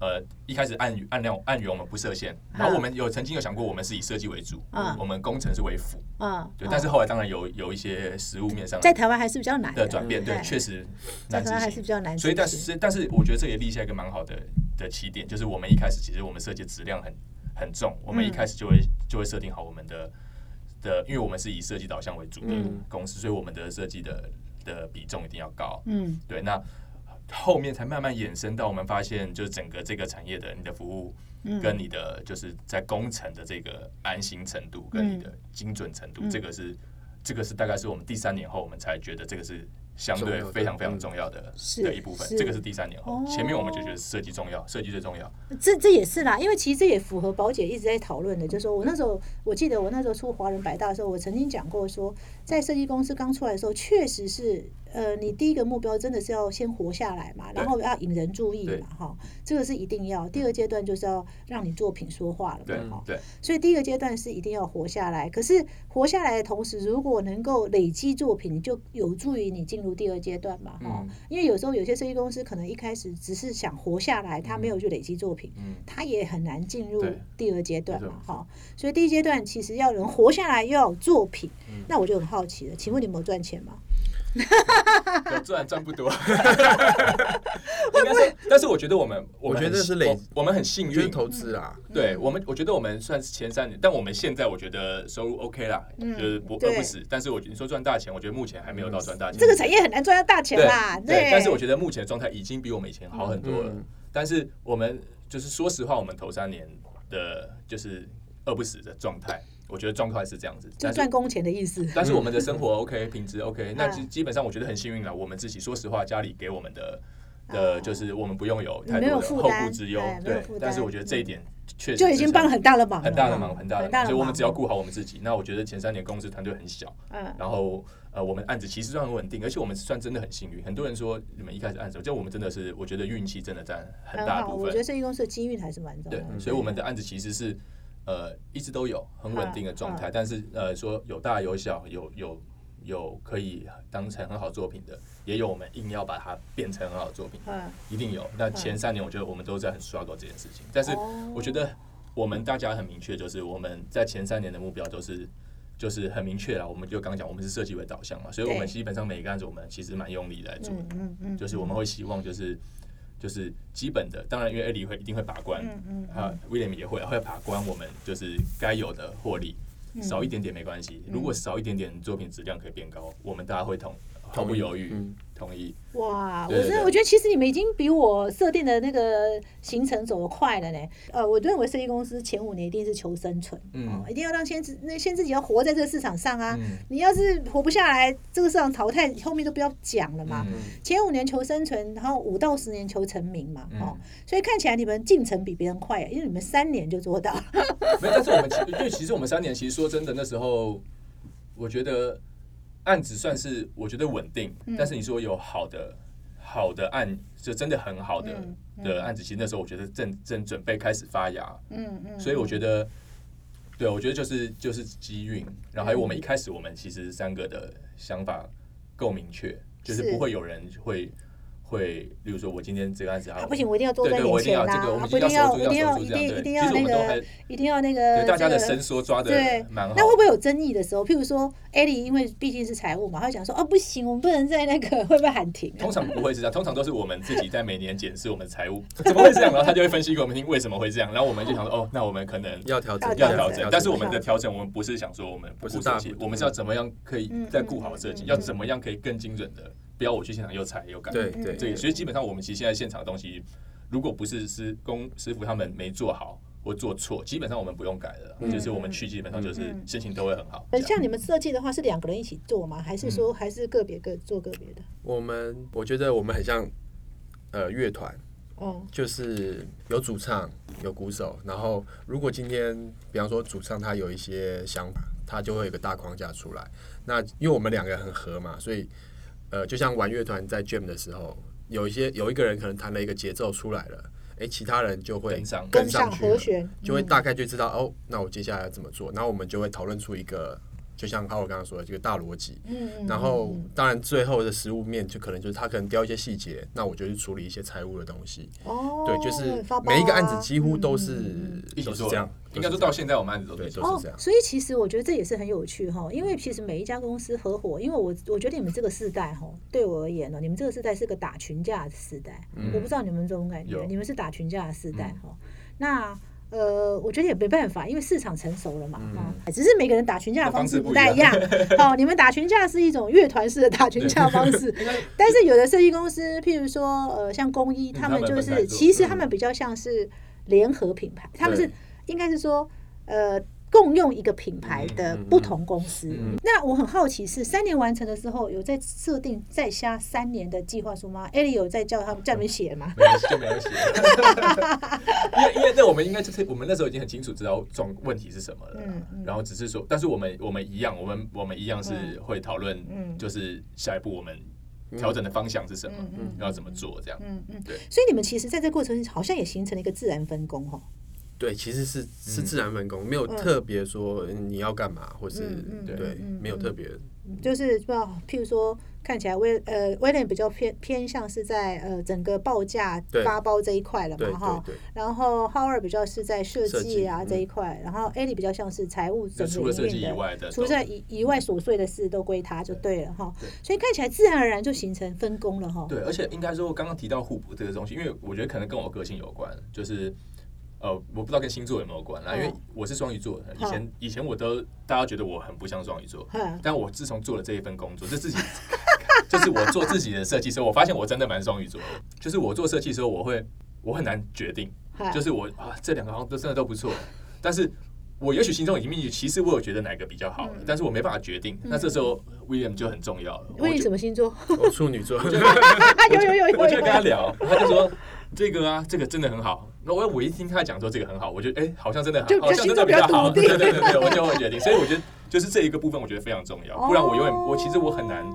B: 呃一开始按按量按源我们不设限，然后我们有曾经有想过，我们是以设计为主，
A: 嗯
B: 我们工程是为辅，
A: 啊，
B: 对。
A: 啊
B: 但是后来当然有有一些实物面上
A: 在台湾还是比较难
B: 的转变，对
A: 哎，
B: 确实
A: 在
B: 难
A: 台湾还
B: 执
A: 是
B: 行
A: 比。较难执行。
B: 所以，但是，但是，我觉得这也立下一个蛮好的的起点，就是我们一开始其实我们设计质量很很重，我们一开始就会就会设定好我们的的，因为我们是以设计导向为主的
A: 嗯
B: 公司，所以我们的设计的的比重一定要高。
A: 嗯
B: 对，那后面才慢慢衍生到我们发现，就是整个这个产业的你的服务
A: 嗯
B: 跟你的就是在工程的这个安心程度跟你的精准程度，
A: 嗯
B: 这个是这个是大概是我们第三年后我们才觉得这个是相
C: 重
B: 对
C: 要的
B: 非常非常重要的
A: 是
B: 的一部分
A: 是。
B: 这个是第三年后
A: 哦，
B: 前面我们就觉得设计重要，设计最重要。
A: 这这也是啦，因为其实这也符合宝姐一直在讨论的，就是说我那时候，我记得我那时候出华人百大的时候，我曾经讲过说，在设计公司刚出来的时候，确实是，呃，你第一个目标真的是要先活下来嘛，
B: 对
A: 然后要引人注意
B: 对
A: 嘛，哈，这个是一定要。第二阶段就是要让你作品说话了
B: 对
A: 嘛，哈。 [laughs]
B: 对
A: 所以第一个阶段是一定要活下来。可是活下来的同时，如果能够累积作品，你就有助于你进入第二阶段嘛，哈、
B: 嗯
A: 因为有时候有些设计公司可能一开始只是想活下来，他没有去累积作品。
B: 嗯，
A: 他也很难进入
B: 对
A: 第二阶段
B: 没错
A: 嘛，哈，所以第一阶段其实要人活下来，又要有作品，
B: 嗯
A: 那我就很好奇了，请问你们有赚钱吗？
B: 有赚赚
A: [laughs]
B: 不多。应该说，但是我觉得我们，我们
C: 我觉得
B: 很
C: 是累
B: 我我们很幸
C: 就是
B: 运，
C: 投资啊啦，
A: 嗯
B: 对我们，我觉得我们算是前三年，但我们现在我觉得收入 OK 啦，就是不
A: 嗯对
B: 饿不死。但是我觉得你说赚大钱，我觉得目前还没有到赚大钱。
A: 这个产业很难赚到大钱
B: 嗯对
A: 啦，
B: 对，但是我觉得目前的状态已经比我们以前好很多了。
C: 嗯
B: 但是我们就是说实话，我们头三年的就是饿不死的状态，我觉得状态是这样子。
A: 就
B: 但
A: 赚
B: 是
A: 工钱的意思，
B: 但是我们的生活 OK，品 [laughs] 质 OK，那基
A: 嗯
B: 基本上我觉得很幸运了。我们自己说实话，家里给我们的。的就是我们不用有太
A: 哦没有
B: 多的
A: 负
B: 后
A: 担
B: 顾之忧
A: 哎，没有
B: 对
A: 负。
B: 但是
A: 担
B: 我觉得这一点确
A: [laughs]
B: 实
A: 就已
B: 是
A: 经
B: 这
A: 帮
B: 样
A: 很大的忙了，
B: 很大的忙，
A: 哈
B: 很大的
A: 很大
B: 忙。
A: 的
B: 所以我们
A: 忙
B: 只要顾好我们自己。那我觉得前三年公司团队很小，
A: 嗯
B: 然后呃，我们案子其实算很稳定，而且我们算真的很幸运。很多人说你们一开始案子，就我们真的是，我觉得运气真的占很大
A: 很
B: 的
A: 好，
B: 部
A: 我觉得
B: 分。
A: 设计公司的机遇还是蛮重要
B: 对
A: 的，，嗯
B: 所以我们的案子其实是呃一直都有很稳定的状态，但是呃说有大有小，有有有可以当成很好作品的，也有我们硬要把它变成很好的作品。
A: 嗯，
B: 一定有。那前三年我觉得我们都在很 struggle 这件事情，但是
A: 哦
B: 我觉得我们大家很明确，就是我们在前三年的目标都是就是很明确了。我们就刚讲，我们是设计为导向嘛，所以我们
A: 对
B: 基本上每一个案子我们其实蛮用力来做的，
A: 嗯嗯嗯，
B: 就是我们会希望就是。就是基本的，当然，因为艾莉会一定会把关，
A: 嗯嗯
B: 啊，威廉也会会把关我们就是该有的获利，
A: 嗯
B: 少一点点没关系。如果少一点点作品质量可以变高，我们大家会同毫不犹豫，
C: 嗯
B: 同意。
A: 哇，我
B: 对对
A: 真的
B: 对
A: 我觉得其实你们已经比我设定的那个行程走得快了呢。呃，我认为设计公司前五年一定是求生存，
B: 嗯
A: 哦，一定要让先自那先自己要活在这个市场上啊。
B: 嗯
A: 你要是活不下来，这个市场淘汰，后面都不要讲了嘛。
B: 嗯
A: 前五年求生存，然后五到十年求成名嘛，
B: 嗯
A: 哦，所以看起来你们进程比别人快，啊因为你们三年就做到了。
B: 没有，但是我们其因为其实我们三年，其实说真的，那时候我觉得案子算是我觉得稳定，
A: 嗯
B: 但是你说有好的好的案，就真的很好的、
A: 嗯嗯
B: 的案子，其实那时候我觉得正正准备开始发芽，
A: 嗯嗯，
B: 所以我觉得，对我觉得就是就是机运，然后还有我们一开始我们其实三个的想法够明确，就是
A: 是
B: 不会有人会会，例如说我今天这个案子还
A: 啊
B: 有
A: 不行，我一定要做
B: 对
A: 在
B: 对，我
A: 眼
B: 一定
A: 前
B: 要
A: 啦，
B: 这个，我
A: 啊
B: 们
A: 不
B: 一
A: 一定
B: 定要
A: 要，
B: 守
A: 一
B: 住，
A: 定
B: 要
A: 要，一
B: 守住这
A: 定
B: 样
A: 一定要
B: 对。其实
A: 那
B: 我们都
A: 个
B: 还，
A: 一定要那个
B: 对大家的
A: 呃这个
B: 伸缩抓的
A: 对
B: 蛮好的。
A: 那会不会有争议的时候？譬如说，Ellie 因为毕竟是财务嘛，她会讲说哦不行，我们不能在那个会不会喊停啊？
B: 通常不会是这样，通常都是我们自己在每年检视我们的
C: [laughs]
B: 财务怎么会这样，然后他就会分析给我们听为什么会这样，然后我们就想说，哦，那我们可能
C: 要调整，
B: 要调整
A: 要，
B: 但是我们的调整，我们不是想说我们不顾设计
C: 不是大，嗯幅
B: 我们是要怎么样可以再顾好设计，
A: 嗯嗯嗯
B: 要怎么样可以更精准的，不要我去现场又踩又改。
C: 对
A: 嗯
C: 对
B: 对，所以基本上我们其实现在现场的东西，如果不是师工师傅他们没做好或做错，基本上我们不用改了，
C: 嗯
B: 就是我们去基本上就是
A: 嗯
B: 心情都会很好。
A: 呃
B: 这样
A: 像你们设计的话，是两个人一起做吗？还
B: 嗯
A: 是说还是个别个做个别的？
C: 我们我觉得我们很像呃乐团，
A: 哦，
C: 就是有主唱有鼓手，然后如果今天比方说主唱他有一些想法，他就会有一个大框架出来。那因为我们两个很合嘛，所以呃，就像玩乐团在 jam 的时候，有一些有一个人可能弹了一个节奏出来了，诶，其他人就会
B: 跟上
A: 跟
C: 上
A: 上
C: 去了
A: 和弦，
C: 就会大概就知道、哦，那我接下来要怎么做，然后我们就会讨论出一个，就像浩我刚刚说的这个大逻辑。
A: 嗯，嗯
C: 然后，当然最后的实物面就可能就是他可能雕一些细节，那我就去处理一些财务的东西。
A: 哦，
C: 对，就是
A: 发包
C: 每一个
A: 啊
C: 案子几乎都
A: 嗯嗯嗯
C: 是
B: 一起
C: 都是
B: 做啊
C: 这样，
B: 应该说
C: 都是这
B: 到
C: 样
B: 现在我们案子都
C: 嗯对
B: 是
C: 都
A: 哦
C: 是这，样。
A: 所以其实我觉得这也是很有趣哈，因为其实每一家公司合伙，因为我我觉得你们这个世代哈，对我而言呢，你们这个世代是个打群架的世代，我不知道你们这种感觉
B: 有，
A: 你们是打群架的世代哈。那呃，我觉得也没办法，因为市场成熟了嘛，啊、只是每个人打群架的方式不太一样。 [laughs] 哦，你们打群架是一种乐团式的打群架方 [laughs] 式，但是有的设计公司，譬如说呃，像工艺，他们
B: 他们
A: 就
B: 本来
A: 是
B: 就
A: 其实他们比较像是联合品牌，他们是
C: 嗯对
A: 应该是说呃。共用一个品牌的
C: 嗯嗯嗯
A: 不同公司，
C: 嗯
A: 那我很好奇是三年完成的时候，有在设定再下三年的计划书吗？艾莉有在叫他们叫你们写吗？
B: 没有就没有写。 [laughs] 因为因为那我们应该就是我们那时候已经很清楚知道状问题是什么了啦，
A: 嗯嗯
B: 然后只是说，但是我们我们一样，我们我们一样是会讨
A: 嗯
B: 论，就是下一步我们调整的方向是什么，
A: 嗯嗯
B: 要怎么做这样。
A: 嗯嗯
B: 对，
A: 所以你们其实在这过程好像也形成了一个自然分工哦哈。
C: 对，其实
B: 嗯
C: 是是自然分工，没有
A: 嗯
C: 特别说嗯你要干嘛，或是
A: 嗯嗯
C: 对
A: 嗯嗯，
C: 没有特别
A: 就是不知道，譬如说，看起来威呃威廉比较偏偏向是在呃整个报价
C: 对
A: 发包这一块了
C: 对
A: 嘛哈
C: 对，对，
A: 然后浩尔比较是在设
C: 设
A: 计
C: 计
A: 啊
C: 嗯
A: 这一块，然后艾莉比较像是财务
B: 就
A: 整
B: 除
A: 个
B: 了设
A: 营
B: 计以
A: 运的。
B: 外的都，
A: 除了以以外琐碎的事都归他就对了哈
B: 对，
A: 所以看起来自然而然就形成分工了哈。
B: 对，而且应该说刚刚提到互补这个东西，因为我觉得可能跟我个性有关，就是。呃，我不知道跟星座有没有关啦，因为
A: 嗯
B: 我是双鱼座的，以前以前我都大家觉得我很不像双鱼座，
A: 嗯，
B: 但我自从做了这一份工作，就自己， [laughs] 就是我做自己的设计时候，我发现我真的蛮双鱼座的。就是我做设计时候，我会我很难决定，
A: 嗨
B: 就是我啊，这两个好像都真的都不错，但是我也许心中已经明确，其实我有觉得哪个比较好了，
A: 嗯
B: 但是我没办法决定。那这时候 William 就很重要了，我
A: 问你
B: 就
A: 什么星座？ [laughs]
C: 我处女座，
A: 啊，有有 [laughs] 有有
B: 我就
A: 有
B: 跟他聊，他就说这个啊，这个真的很好。那我我一听他讲说这个很好，我就哎、好像真的
A: 就
B: 很好，好像真的
A: 比
B: 比
A: 较
B: 较好。
A: 笃
B: 对
A: 定
B: 对对对，我就会决定。所以我觉得就是这一个部分，我觉得非常重要，不然我永远我其实我很难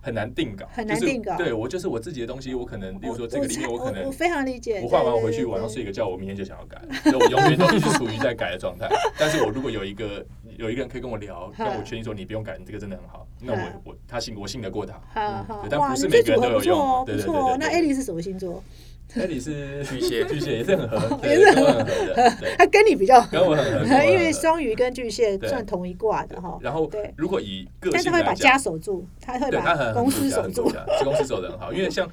B: 很难定稿，
A: 哦很难定稿
B: 就是、对我就是我自己的东西，我可能，比如说这个里面，
A: 我
B: 我可能
A: 我非常理解。
B: 我画完
A: 对
B: 我回去晚上。
A: 对对对
B: 睡个觉，我明天就想要改，所以我永远都一直处于在改的状态。但是我如果有一个有一个人可以跟我聊，
A: 哈
B: 让我确定说你不用改，你这个真的很好，那
A: 哈
B: 我我他信我信得过他。
A: 好好
B: 嗯对，但
A: 哇，
B: 不是
A: 你
B: 每
A: 这
B: 个
A: 组
B: 人
A: 合
B: 都
A: 不
B: 有
A: 错
B: 用
A: 哦，
B: 对
A: 不
B: 对
A: 错
B: 对
A: 哦。
B: 对
A: 那
B: 对
A: 艾莉是什么星座？
B: 那你
A: [laughs]
B: 是
C: 巨蟹
B: 巨蟹也是很合，
A: 也
B: 对
A: 是
B: 跟我很合的，对，
A: 他啊跟你比较，
B: 跟我很合，跟我很合
A: 因为双鱼跟巨蟹
B: 对
A: 算同一卦的哈。
B: 然后
A: 对
B: 如果以个
A: 但是
B: 性
A: 他会
B: 来
A: 把
B: 讲
A: 家，守住，他会
B: 对他
A: 把
B: 很
A: 公司守
B: 很
A: 住
B: 顾。家，是公司守的很好。
A: 嗯
B: 因为像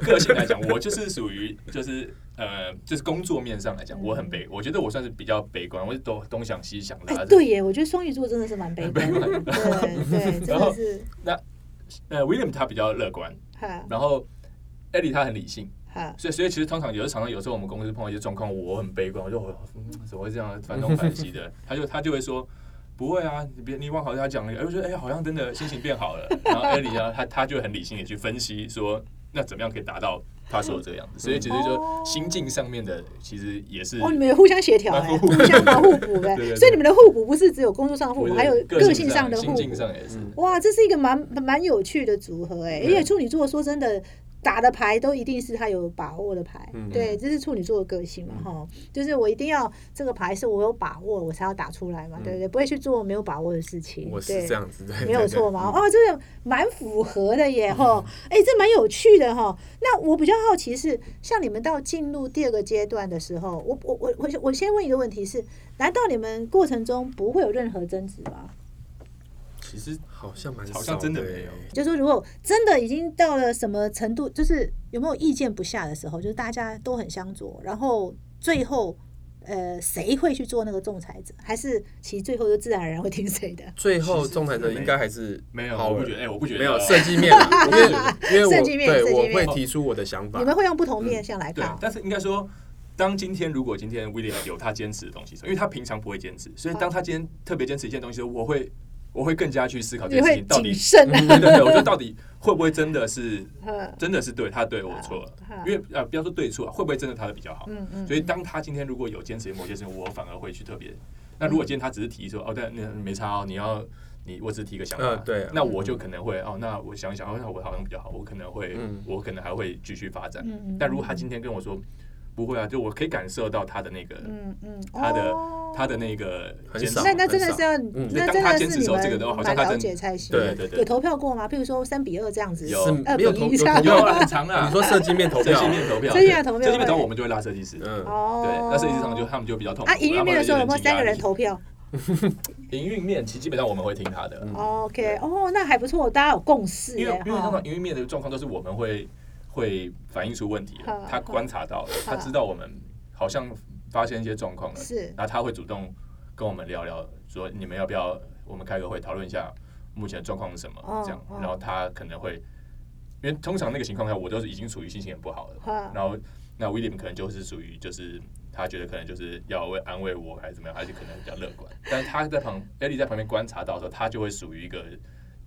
B: 个性来讲，我就是属于就是呃，就是工作面上来讲，我很悲，我觉得我算是比较悲观，我是东东想西想
A: 嗯哎，
B: 的。啊
A: 对耶，我觉得双鱼座真的是蛮悲观的，对对，真
B: 然
A: 的
B: 后
A: 是
B: 呃，William 他比较乐观，
A: 哈
B: 然后艾莉她很理性，
A: 哈，
B: 所以所以其实通常有的常常有时候我们公司碰到一些状况，我很悲观，我就我、嗯、怎么会这样反东反西的？他就他就会说。不会啊，你别你往好他讲那个，哎，我觉得哎，好像真的心情变好了。然后艾莉啊，她她就很理性的去分析说，那怎么样可以达到她说的这个样子？所以其实
A: 哦
B: 就心境上面的，其实也是
A: 哦，你们有互相协调哎，
B: 蛮
A: 互
B: 互
A: 相的互补呗
B: 对对。对
A: 所以你们的互补不是只有工作上的互
B: 我
A: 补，
B: 的
A: 还有个
B: 个
A: 性上
B: 上
A: 的互
B: 心
A: 补
B: 境。上也是。
A: 哇，这是一个蛮蛮有趣的组合哎，
B: 对
A: 而且处女座说真的。打的牌都一定是他有把握的牌，
C: 嗯
A: 对，这是处女座的个性嘛，哈、就是我一定要这个牌是我有把握，我才要打出来嘛，对不对？不会去做没有把握的事情，
C: 我
A: 对
C: 是这样子，对
A: [laughs] 没有
C: 对
A: 错
C: 对
A: 嘛？哦，这个蛮符合的耶，吼，哎，这蛮有趣的哈。那我比较好奇是，像你们到进入第二个阶段的时候，我我我我我先问一个问题是，难道你们过程中不会有任何争执吗？
B: 其实
C: 好像蛮
B: 好像
C: 少欸
B: 真的
C: 耶
B: 没有
A: 就是说，如果真的已经到了什么程度，就是有没有意见不下的时候，就是大家都很相左，然后最后。呃，谁会去做那个仲裁者？还是其实最后就自然而然会听谁的？
C: 最
B: 其
C: 后
B: 实
C: 仲裁者
B: 没
C: 应该还是
B: 没有，
C: 好
B: 我不觉得，哎，我不觉得
C: 没有
B: 哦
C: 设计面啦，
B: [laughs]
C: 因为因为
A: 设
C: 我
A: 计面
C: 对
A: 设计
C: 我
A: 面
C: 会提出我的想法
A: 你，们会用不同面向来
B: 对
A: 看，啊
B: 但是应该说，当今天如果今天 William 有他坚持的东西的时候，因为他平常不会坚持，所
A: 哦
B: 以当他今天特别坚持一件东西的时候，我会我会更加去思考这
A: 你
B: 件事
A: 会
B: 情到底嗯
A: 谨。慎啊。
B: 对对对，我觉得到底会不会真
A: [laughs]
B: 的是
A: 嗯
B: 真的是对他对我错了
A: 嗯？
B: 因为呃，不要说对错啊，会不会真的他的比较好？
A: 嗯嗯，
B: 所以当他今天如果有坚持某些事情，我反而会去特别。那如果今天他只是提说哦，但那没差哦，你要你我只提一个想法，
C: 嗯对啊
B: 那我就可能会哦，那我想一想，哦，那我好像比较好，我可能会，
C: 嗯
B: 我可能还会继续发展。
A: 嗯嗯
B: 但如果他今天跟我说不会啊，就我可以感受到他的那个、
A: 嗯嗯，
B: 他的、
A: 哦
B: 他的那个
C: 很
B: 坚持
C: 少
A: 那那真的是要，
C: 嗯
A: 那
B: 对
A: 真
B: 当他
A: 的
B: 坚
A: 是
B: 持
A: 你
B: 走
A: 们
B: 这个的话好
A: 蛮
B: 像他
A: 了
B: 真
A: 解才行。
B: 对对对
A: 有投票过吗？譬如说三比二这样子，
B: 有
C: 是
A: 二
C: 没有
A: 比
C: 投
A: 一
C: 有
A: 这样
C: 投
B: 有
C: 票
B: 啊，很长啊
C: 你，说设计面投
B: 设
C: 票
B: 计，面投票，
A: 设计面投票
B: 设计面投
A: 会
B: 我们就会拉设计师。
C: 嗯，
A: 哦， [laughs]
B: 对，那设计师上就他们就比较痛苦。
A: 啊，营运面的时候有没有三个人
B: 投？
A: 投票
B: 营运面其实基本上我们会听他的，
A: ？OK，哦，那还不错，大家有共识
B: 嗯因为
A: 耶
B: 因为
A: 哈
B: 通常。营运面的状况都是我们会会反映出问题
A: 好
B: 了，他观察到了，他知道我们好像发现一些状况了，
A: 是
B: 然后他会主动跟我们聊聊，说你们要不要我们开个会讨论一下目前的状况是什么
A: 哦
B: 这样
A: 哦，
B: 然后他可能会，因为通常那个情况下我都是已经处于心情很不好
A: 嗯
B: 了，然后那 William 可能就是属于就是。他觉得可能就是要为安慰我，还是怎么样，还是可能比较乐观。但是他在旁 e l l 在旁边观察到的时候，他就会属于一个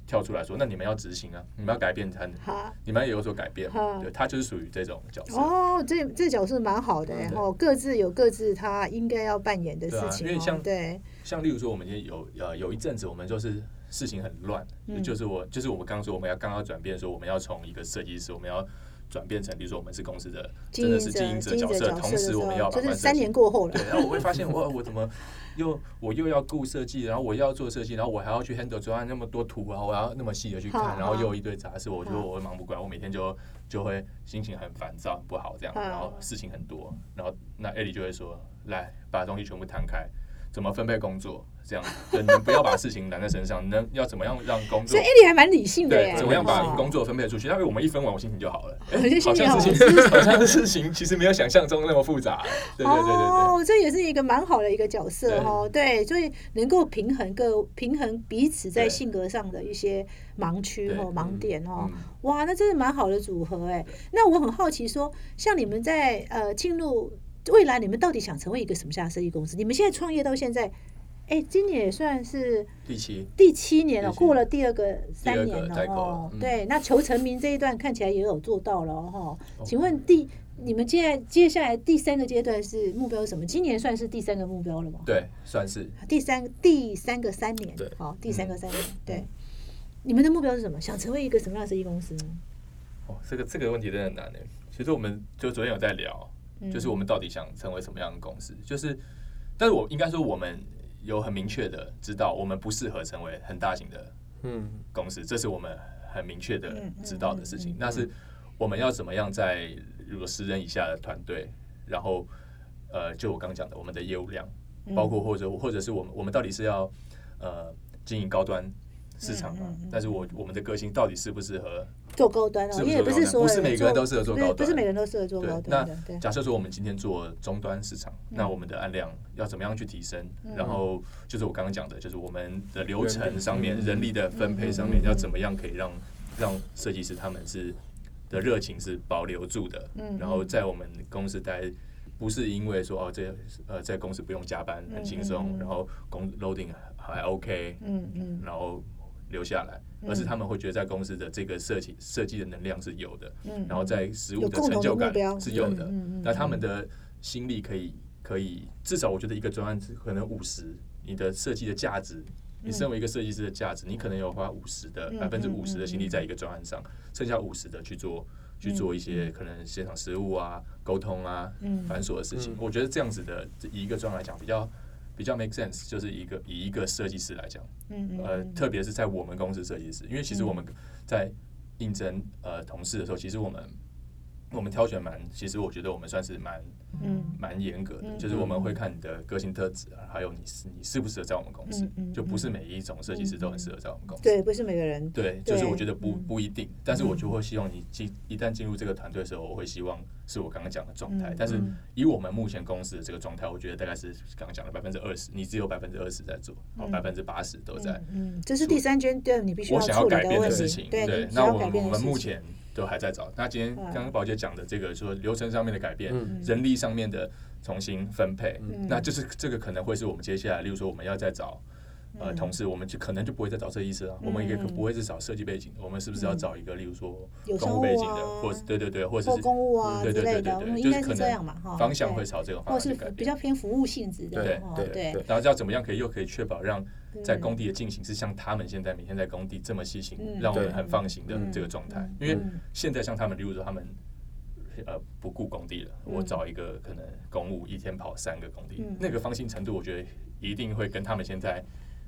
B: 跳出来说：“那你们要执行啊，你们要改变才能
A: 好，
B: 你们也有所改变
A: 嗯。
B: 对，他就是属于这种角色。
A: 哦，这这角色蛮好的耶，然后各自有各自他应该要扮演的事
B: 对啊因
A: 情
B: 为
A: 哦
B: 像。
A: 对，
B: 像例如说，我们今天有呃有一阵子，我们就是事情很乱，
A: 嗯
B: 就是我就是我们刚刚说我们要刚刚转变说我们要从一个设计师，我们要转变成，比如说我们是公司的
A: 经营
B: 真的
A: 者
B: 是经
A: 经
B: 营者
A: 营
B: 角
A: 者
B: 色，
A: 角色
B: 同
A: 的时
B: 时我们
A: 候，
B: 要
A: 就
B: 把
A: 是
B: 关
A: 三
B: 设计
A: 年过后了
B: 对，，然后我会发现我我怎么又我又要顾设计，然后我又要做设计，然后我还要去 handle 专案那么多图啊，我要那么细的去
A: 好
B: 看，然后
A: 好
B: 又一堆杂事，我觉得我会忙不过来，我每天就就会心情很烦躁不好这样，
A: 好
B: 然后事情很多，然后那艾莉就会说，来把东西全部摊开。怎么分配工作？这样，对，你们不要把事情揽在身上，你能要怎么样让工
A: 所
B: 作
A: 以？艾莉还蛮理性的
B: 对
A: 耶，，
B: 怎么样把
A: 哦
B: 工作分配出去？因为我们一分完，我心情就好了。哎
A: 我就心
B: 好
A: 情好
B: 像事情，好像事情其实没有想象中那么复杂。对对对对对。
A: 哦，这也是一个蛮好的一个角色哦，对，所以能够平衡各平衡彼此在
B: 对
A: 性格上的一些盲区
B: 对
A: 哦、盲点哦，
B: 嗯
A: 哇，那真是蛮好的组合哎。那我很好奇说，像你们在呃进入未来，你们到底想成为一个什么样的设计公司？你们现在创业到现在，哎，今年也算是
B: 第七，
A: 第七年了，
B: 第七
A: 过了第二个三年
B: 第
A: 了
B: 二个代购
A: 哦。
B: 嗯
A: 对，那求成名这一段看起来也有做到了哦。
B: 哦
A: 请问第你们接下来接下来第三个阶段是目标是什么？今年算是第三个目标了吗？
B: 对，算是
A: 第三第三个三年
C: 对，
B: 嗯
A: 好，第三个三年，对。你们的目标是什么？想成为一个什么样的设计公司呢？
B: 哦，这个这个问题真的很难诶。欸其实我们就昨天有在聊，
A: 嗯
B: 就是我们到底想成为什么样的公司，就是，但是我应该说我们有很明确的知道，我们不适合成为很大型的
C: 嗯，
B: 公司，这是我们很明确的
A: 嗯嗯
B: 知道的事情。那是我们要怎么样在如果十人以下的团队，然后呃，就我刚讲的，我们的业务量，
A: 嗯
B: 包括或者或者是我们我们到底是要呃经营高端市场嘛？
A: 嗯嗯嗯
B: 但是我我们的个性到底适不适合？
A: 做高端哦，
B: 是不
A: 因
B: 是
A: 为也不是所有
B: 不是每个人都适合做高端
A: 不是每个人都适合做
B: 对
A: 高，端
B: 那
A: 的，对。嗯
B: 假设说我们今天做终端市场，那我们的案量要怎么样去提升？然后就是我刚刚讲的，就是我们的
A: 嗯
B: 流程上面、人力的分配上面，要怎么样可以让让设计师他们是的热情是保留住的。
A: 嗯
B: 然后在我们公司待，不是因为说哦，这呃在公司不用加班，很轻松，然后工 loading 还 OK，
A: 嗯嗯
B: 然后留下来，而是他们会觉得在公司的这个设计设计的能量是有的，
A: 嗯，
B: 然后在实物
A: 有
B: 的
A: 共
B: 成
A: 同
B: 就
A: 的目
B: 感
A: 标
B: 是有的
A: 嗯嗯嗯。
B: 那他们的心力可以可以，至少我觉得一个专案可能五十，你的设计的价值，你身为一个设计师的价值，你可能有花五十的
A: 嗯
B: 百分之五
A: 嗯
B: 十
A: 嗯
B: 的心力在一个专案上，剩下五十的去做。去做一些可能现场实务啊、沟通啊、
A: 嗯
B: 繁琐的事情，我觉得这样子的以一个专案来讲，比较比较 make sense，就是一个以一个设计师来讲，
A: 嗯嗯
B: 呃，特别是在我们公司设计师，因为其实我们在应征呃同事的时候，其实我们我们挑选蛮，其实我觉得我们算是蛮
A: 嗯
B: 蛮严格的，
A: 嗯
B: 就是我们会看你的个性特质，啊还有你是你适不适合在我们公司
A: 嗯嗯，
B: 就不是每一种设计师都很适合在我们公司。
A: 对，不是每个人
B: 对，就是
A: 对嗯
B: 我觉得不不一定，但是我就会希望你进一旦进入这个团队的时候，我会希望是我刚刚讲的状态
A: 嗯。
B: 但是以我们目前公司的这个状态，我觉得大概是刚刚讲的百分之二十，你只有百分之二十在做，哦，百分之八十都在
A: 嗯，这是第三阶段你必须
B: 我想要
A: 处理
B: 改变
A: 问
B: 的
A: 题
B: 事情，，
A: 对，
B: 对
A: 你，需
B: 那
A: 要
B: 我
A: 改
B: 们
A: 变
B: 我
A: 的
B: 们
A: 事
B: 目
A: 情
B: 前都还在找。那今天
A: 嗯
B: 刚刚宝姐讲的这个说流程上面的改变，
C: 嗯
B: 人力上面的重新分配，
A: 嗯
B: 那就是这个可能会是我们接下来，例如说我们要再找。呃，同事，我们就可能就不会再找设计师啊，我们也
A: 嗯
B: 不会是找设计背景的，我们是不是要找一个，例如说
A: 有
B: 公
A: 商务
B: 务背景
A: 啊
B: 的，或是对对对，或者
A: 或
B: 是嗯
A: 公务啊
B: 对
A: 之
B: 对
A: 类
B: 对
A: 的，
B: 对
A: 我们
B: 对，
A: 应
B: 就
A: 该
B: 是
A: 是
B: 可
A: 这样
B: 能
A: 嘛哈，
B: 方向
A: 对
B: 会朝这个方
A: 或
B: 向
A: 是
B: 去改
A: 比
B: 变
A: 较。偏服务性质的，
C: 对
A: 哦
C: 对
A: 对
C: 对
B: 然后要怎么样可以又可以确保让在
A: 嗯
B: 工地的进行是像他们现在每天在工地这么细心，
A: 嗯
B: 让我们
C: 对
B: 很放心的
A: 嗯
B: 这个状态。
A: 嗯
B: 因为
A: 嗯
B: 现在像他们，例如说他们呃不顾工地了，我找一个可能公务一天跑三个工地，
A: 嗯
B: 那个放心程度，我觉得一定会跟他们现在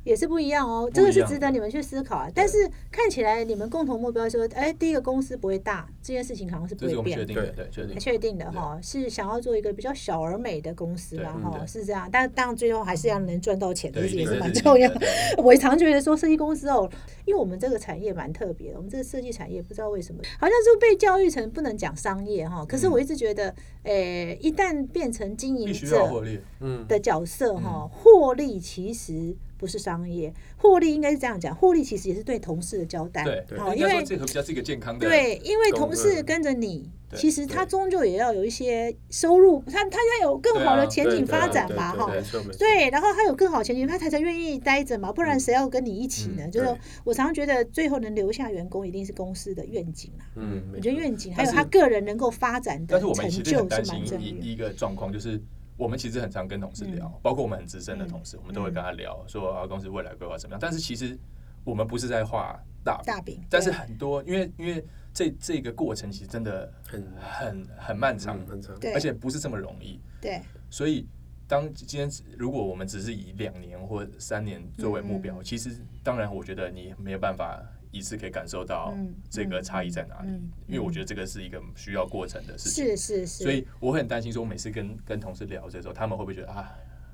A: 也是不一样哦，
B: 不
A: 这个
B: 一
A: 是
B: 样
A: 值
B: 的
A: 得你们去思考啊。但是看起来你们共同目标说，哎，第一个公司不会大，这件事情好像是不
B: 这是
A: 会
B: 我们确
A: 变。
B: 定的，
C: 对
B: 对，确定
A: 确定的哈，是想要做一个比较小而美的公司啦
B: 对
A: 哈，
C: 嗯
A: 是这样。但当然最后还是要能赚到钱，这
B: 对，一
A: 是
B: 定
A: 也
B: 这
A: 是
B: 是
A: 蛮
B: 一定
A: 重要
B: 的
A: 的。[laughs]
B: 对
A: 我常觉得说设计公司哦，因为我们这个产业蛮特别的，我们这个设计产业不知道为什么，好像就被教育成不能讲商业哈。可是我一直觉得，诶、一旦变成经营
B: 嗯必须要
A: 者
B: 获嗯利。
C: 嗯，
A: 的角色哈，获利其实。不是商业获利，应该是这样讲，获利其实也是对同事的交代。
B: 对，
A: 好，
B: 应
A: 因
B: 该
A: 为
B: 说这个比较是一个健康的，
A: 对，因为
C: 懂
A: 同
C: 了
A: 事跟着你，
B: 对
A: 其实他
C: 对
A: 终究也要有一些收入，他他要有更好的
B: 对啊
A: 前景发展嘛，
C: 对
A: 哈
C: 对。没错没错，
A: 对，然后他有更好前景，他才才愿意待着嘛，不然谁要跟你一起呢？
B: 嗯
A: 就是
B: 对
A: 我常常觉得，最后能留下员工，一定是公司的愿景啦。
C: 嗯，
A: 我
C: 没
A: 觉得
C: 错，
A: 愿景还有
B: 但是
A: 他个人能够发展的
B: 但是我
A: 成
B: 们其
A: 就
B: 实
A: 是
B: 很
A: 蛮
B: 担
A: 重
B: 心
A: 要的。嗯
B: 一一个状况，就是我们其实很常跟同事聊，包括我们很资深的同事，我们都会跟他聊说啊，公司未来规划怎么样。但是其实我们不是在画大饼
A: 大饼
B: 但是
A: 对
B: 很多，因为因为这这个过程其实真的
C: 很
B: 很很漫长，
C: 嗯很长，
A: 对
B: 而且不是这么容易。
A: 对，
B: 所以当今天如果我们只是以两年或三年作为目标，
A: 嗯
B: 其实当然我觉得你没有办法。一次可以感受到
A: 嗯
B: 这个差异在哪里，
A: 嗯嗯
B: 因为我觉得这个是一个需要过程的事情。
A: 是是是。
B: 所以我很担心说，每次跟跟同事聊这时候，他们会不会觉得啊，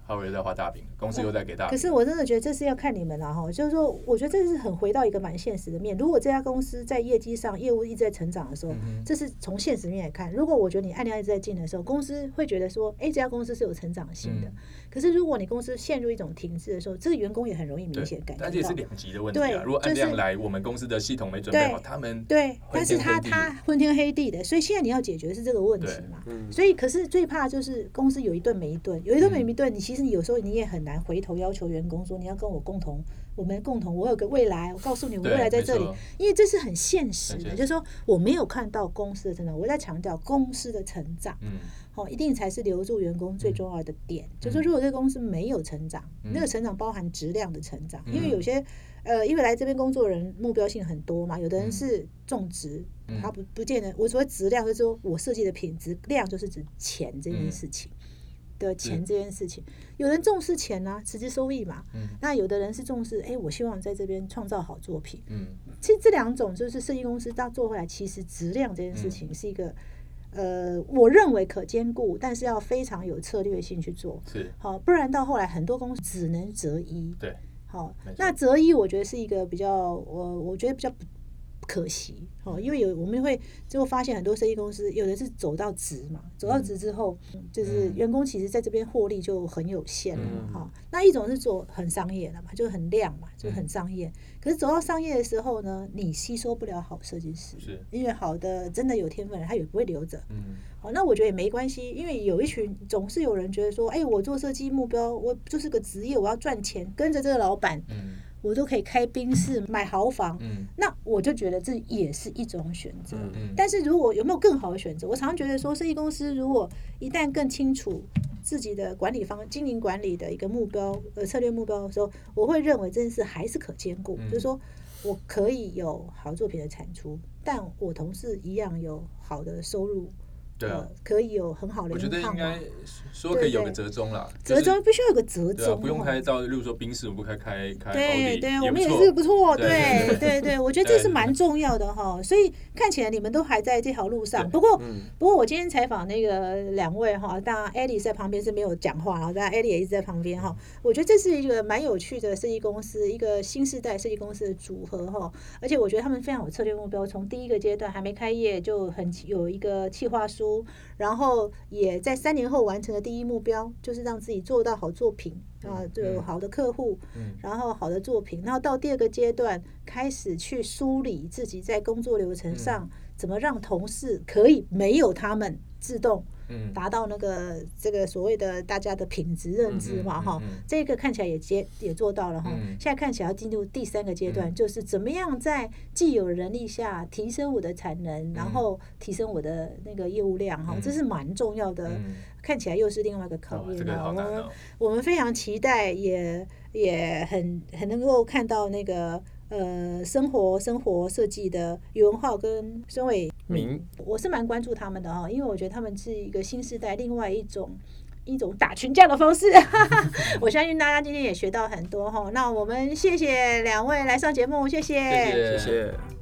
B: 浩瑞又在画大饼，公司又在给大
A: 哦可
B: 饼？
A: 是我真的觉得这是要看你们了哈，就是说，我觉得这是很回到一个蛮现实的面。如果这家公司在业绩上业务一直在成长的
B: 嗯
A: 时候，这是从现实面来看。如果我觉得你按量一直在进的时候，公司会觉得说，哎、这家公司是有成长性的。
B: 嗯
A: 可是如果你公司陷入一种停滞的时候，这个员工也很容易明显感觉
B: 对，
A: 到。
B: 但这也是两极的问题
A: 对
B: 啊。如果按这
A: 就
B: 样
A: 是
B: 来，我们公司的系统没准备好，
A: 对
B: 他们
A: 对，但是他
B: 昏天黑
A: 他
B: 地
A: 昏天黑地的，所以现在你要解决的是这个问题嘛。
B: 嗯
A: 所以，可是最怕就是公司有一顿没一顿，有一顿没一
B: 嗯
A: 顿，你其实你有时候你也很难回头要求员工说你要跟我共同，我们共同，我有个未来，我告诉你我
B: 对
A: 未来在这里
B: 没错，
A: 因为这是很现实
B: 很
A: 的，
B: 现实
A: 就是说我没有看到公司的成长，我在强调公司的成长。
B: 嗯，
A: 哦，一定才是留住员工最重要的点。就是说如果这个公司没有成长，那个成长包含质量的成长，因为有些呃，因为来这边工作的人目标性很多嘛，有的人是种植，他不不见得。我所谓质量，就是说我设计的品质，量就是指钱这件事情。的钱这件事情，有人重视钱啊，实际收益嘛。那有的人是重视，哎、我希望在这边创造好作品。
B: 嗯，
A: 其实这两种就是设计公司到做回来，其实质量这件事情是一个、呃，我认为可兼顾，但是要非常有策略性去做。
B: 是
A: 好，不然到后来很多公司只能择一。
B: 对，
A: 好
B: 没错，
A: 那择一我觉得是一个比较，我我觉得比较不可惜
B: 嗯
A: 哦，因为有我们会最后发现很多生意公司，有的是走到直嘛，走到直之后，
B: 嗯
A: 就是员工其实在这边获利就很有限了
B: 嗯
A: 哈、哦那一种是做很商业的嘛，就是很亮嘛，就是很商
B: 嗯
A: 业。可是走到商业的时候呢，你吸收不了好设计师，
B: 是
A: 因为好的真的有天分的，他也不会留着。
B: 嗯，
A: 好，那我觉得也没关系，因为有一群总是有人觉得说，哎，我做设计目标，我就是个职业，我要赚钱，跟着这个老板，
B: 嗯
A: 我都可以开宾士、买豪房。
B: 嗯
A: 那我就觉得这也是一种选择。
C: 嗯
B: 嗯，
A: 但是如果有没有更好的选择？我常常觉得说，设计公司如果一旦更清楚自己的管理方、经营管理的一个目标、呃策略目标的时候，我会认为这件事还是可兼顾，
B: 嗯
A: 就是说我可以有好作品的产出，但我同事一样有好的收入，
B: 对啊
A: 呃，可以有很好的
B: 我觉得
A: 银
B: 应
A: 行
B: 该
A: 嘛
B: 说可以有个
A: 对
B: 折中啦，就
A: 折
B: 是
A: 中必须要有个折
B: 对啊，
A: 中，哦
B: 不用开到，例如说宾士，我们不开开开欧
A: 对
B: 力
A: 对，
B: 不
A: 我们也
B: 错
A: 是不错，
B: 对
A: 对
B: 对
A: 对对，我
B: [laughs]
A: 觉得
B: 对
A: 这是蛮重要的哈。所以看起来你们都还在这条路上。不过，
B: 嗯
A: 不过我今天采访那个两位哈，当然 Ellie 在旁边是没有讲话，然后当然 Ellie 也一直在旁边哈。
B: 嗯
A: 我觉得这是一个蛮有趣的设计公司，一个新时代设计公司的组合哈。而且我觉得他们非常有策略目标，从第一个阶段还没开业就很有一个企划书，然后也在三年后完成了第一目标，就是让自己做到好作品啊，
B: 嗯
A: 就有好的客户。然后好的作品，然后到第二个阶段开始去梳理自己在工作流程上、
B: 嗯
A: 怎么让同事可以没有他们自动
B: 嗯，
A: 达到那个这个所谓的大家的品质认知嘛
B: 嗯嗯
A: 哈、
B: 嗯嗯
A: 这个看起来也接也做到了哈、
B: 嗯
A: 现在看起来要进入第三个阶段，就是怎么样在既有能力下提升我的产能，然后提升我的那个业务量哈、
B: 嗯
A: 这是蛮重要的、
B: 嗯
A: 看起来又是另外一个考
B: 哦
A: 验
B: 这个
A: 了、
B: 好难
A: 我们
B: 哦，
A: 我们非常期待，也也很很能够看到那个呃生活生活设计的宇文浩跟孙伟，
C: 明
A: 我是蛮关注他们的哦，因为我觉得他们是一个新时代另外一种。一种打群架的方式， [laughs] 我相信大家今天也学到很多哈。那我们谢谢两位来上节目，
B: 谢
C: 谢谢。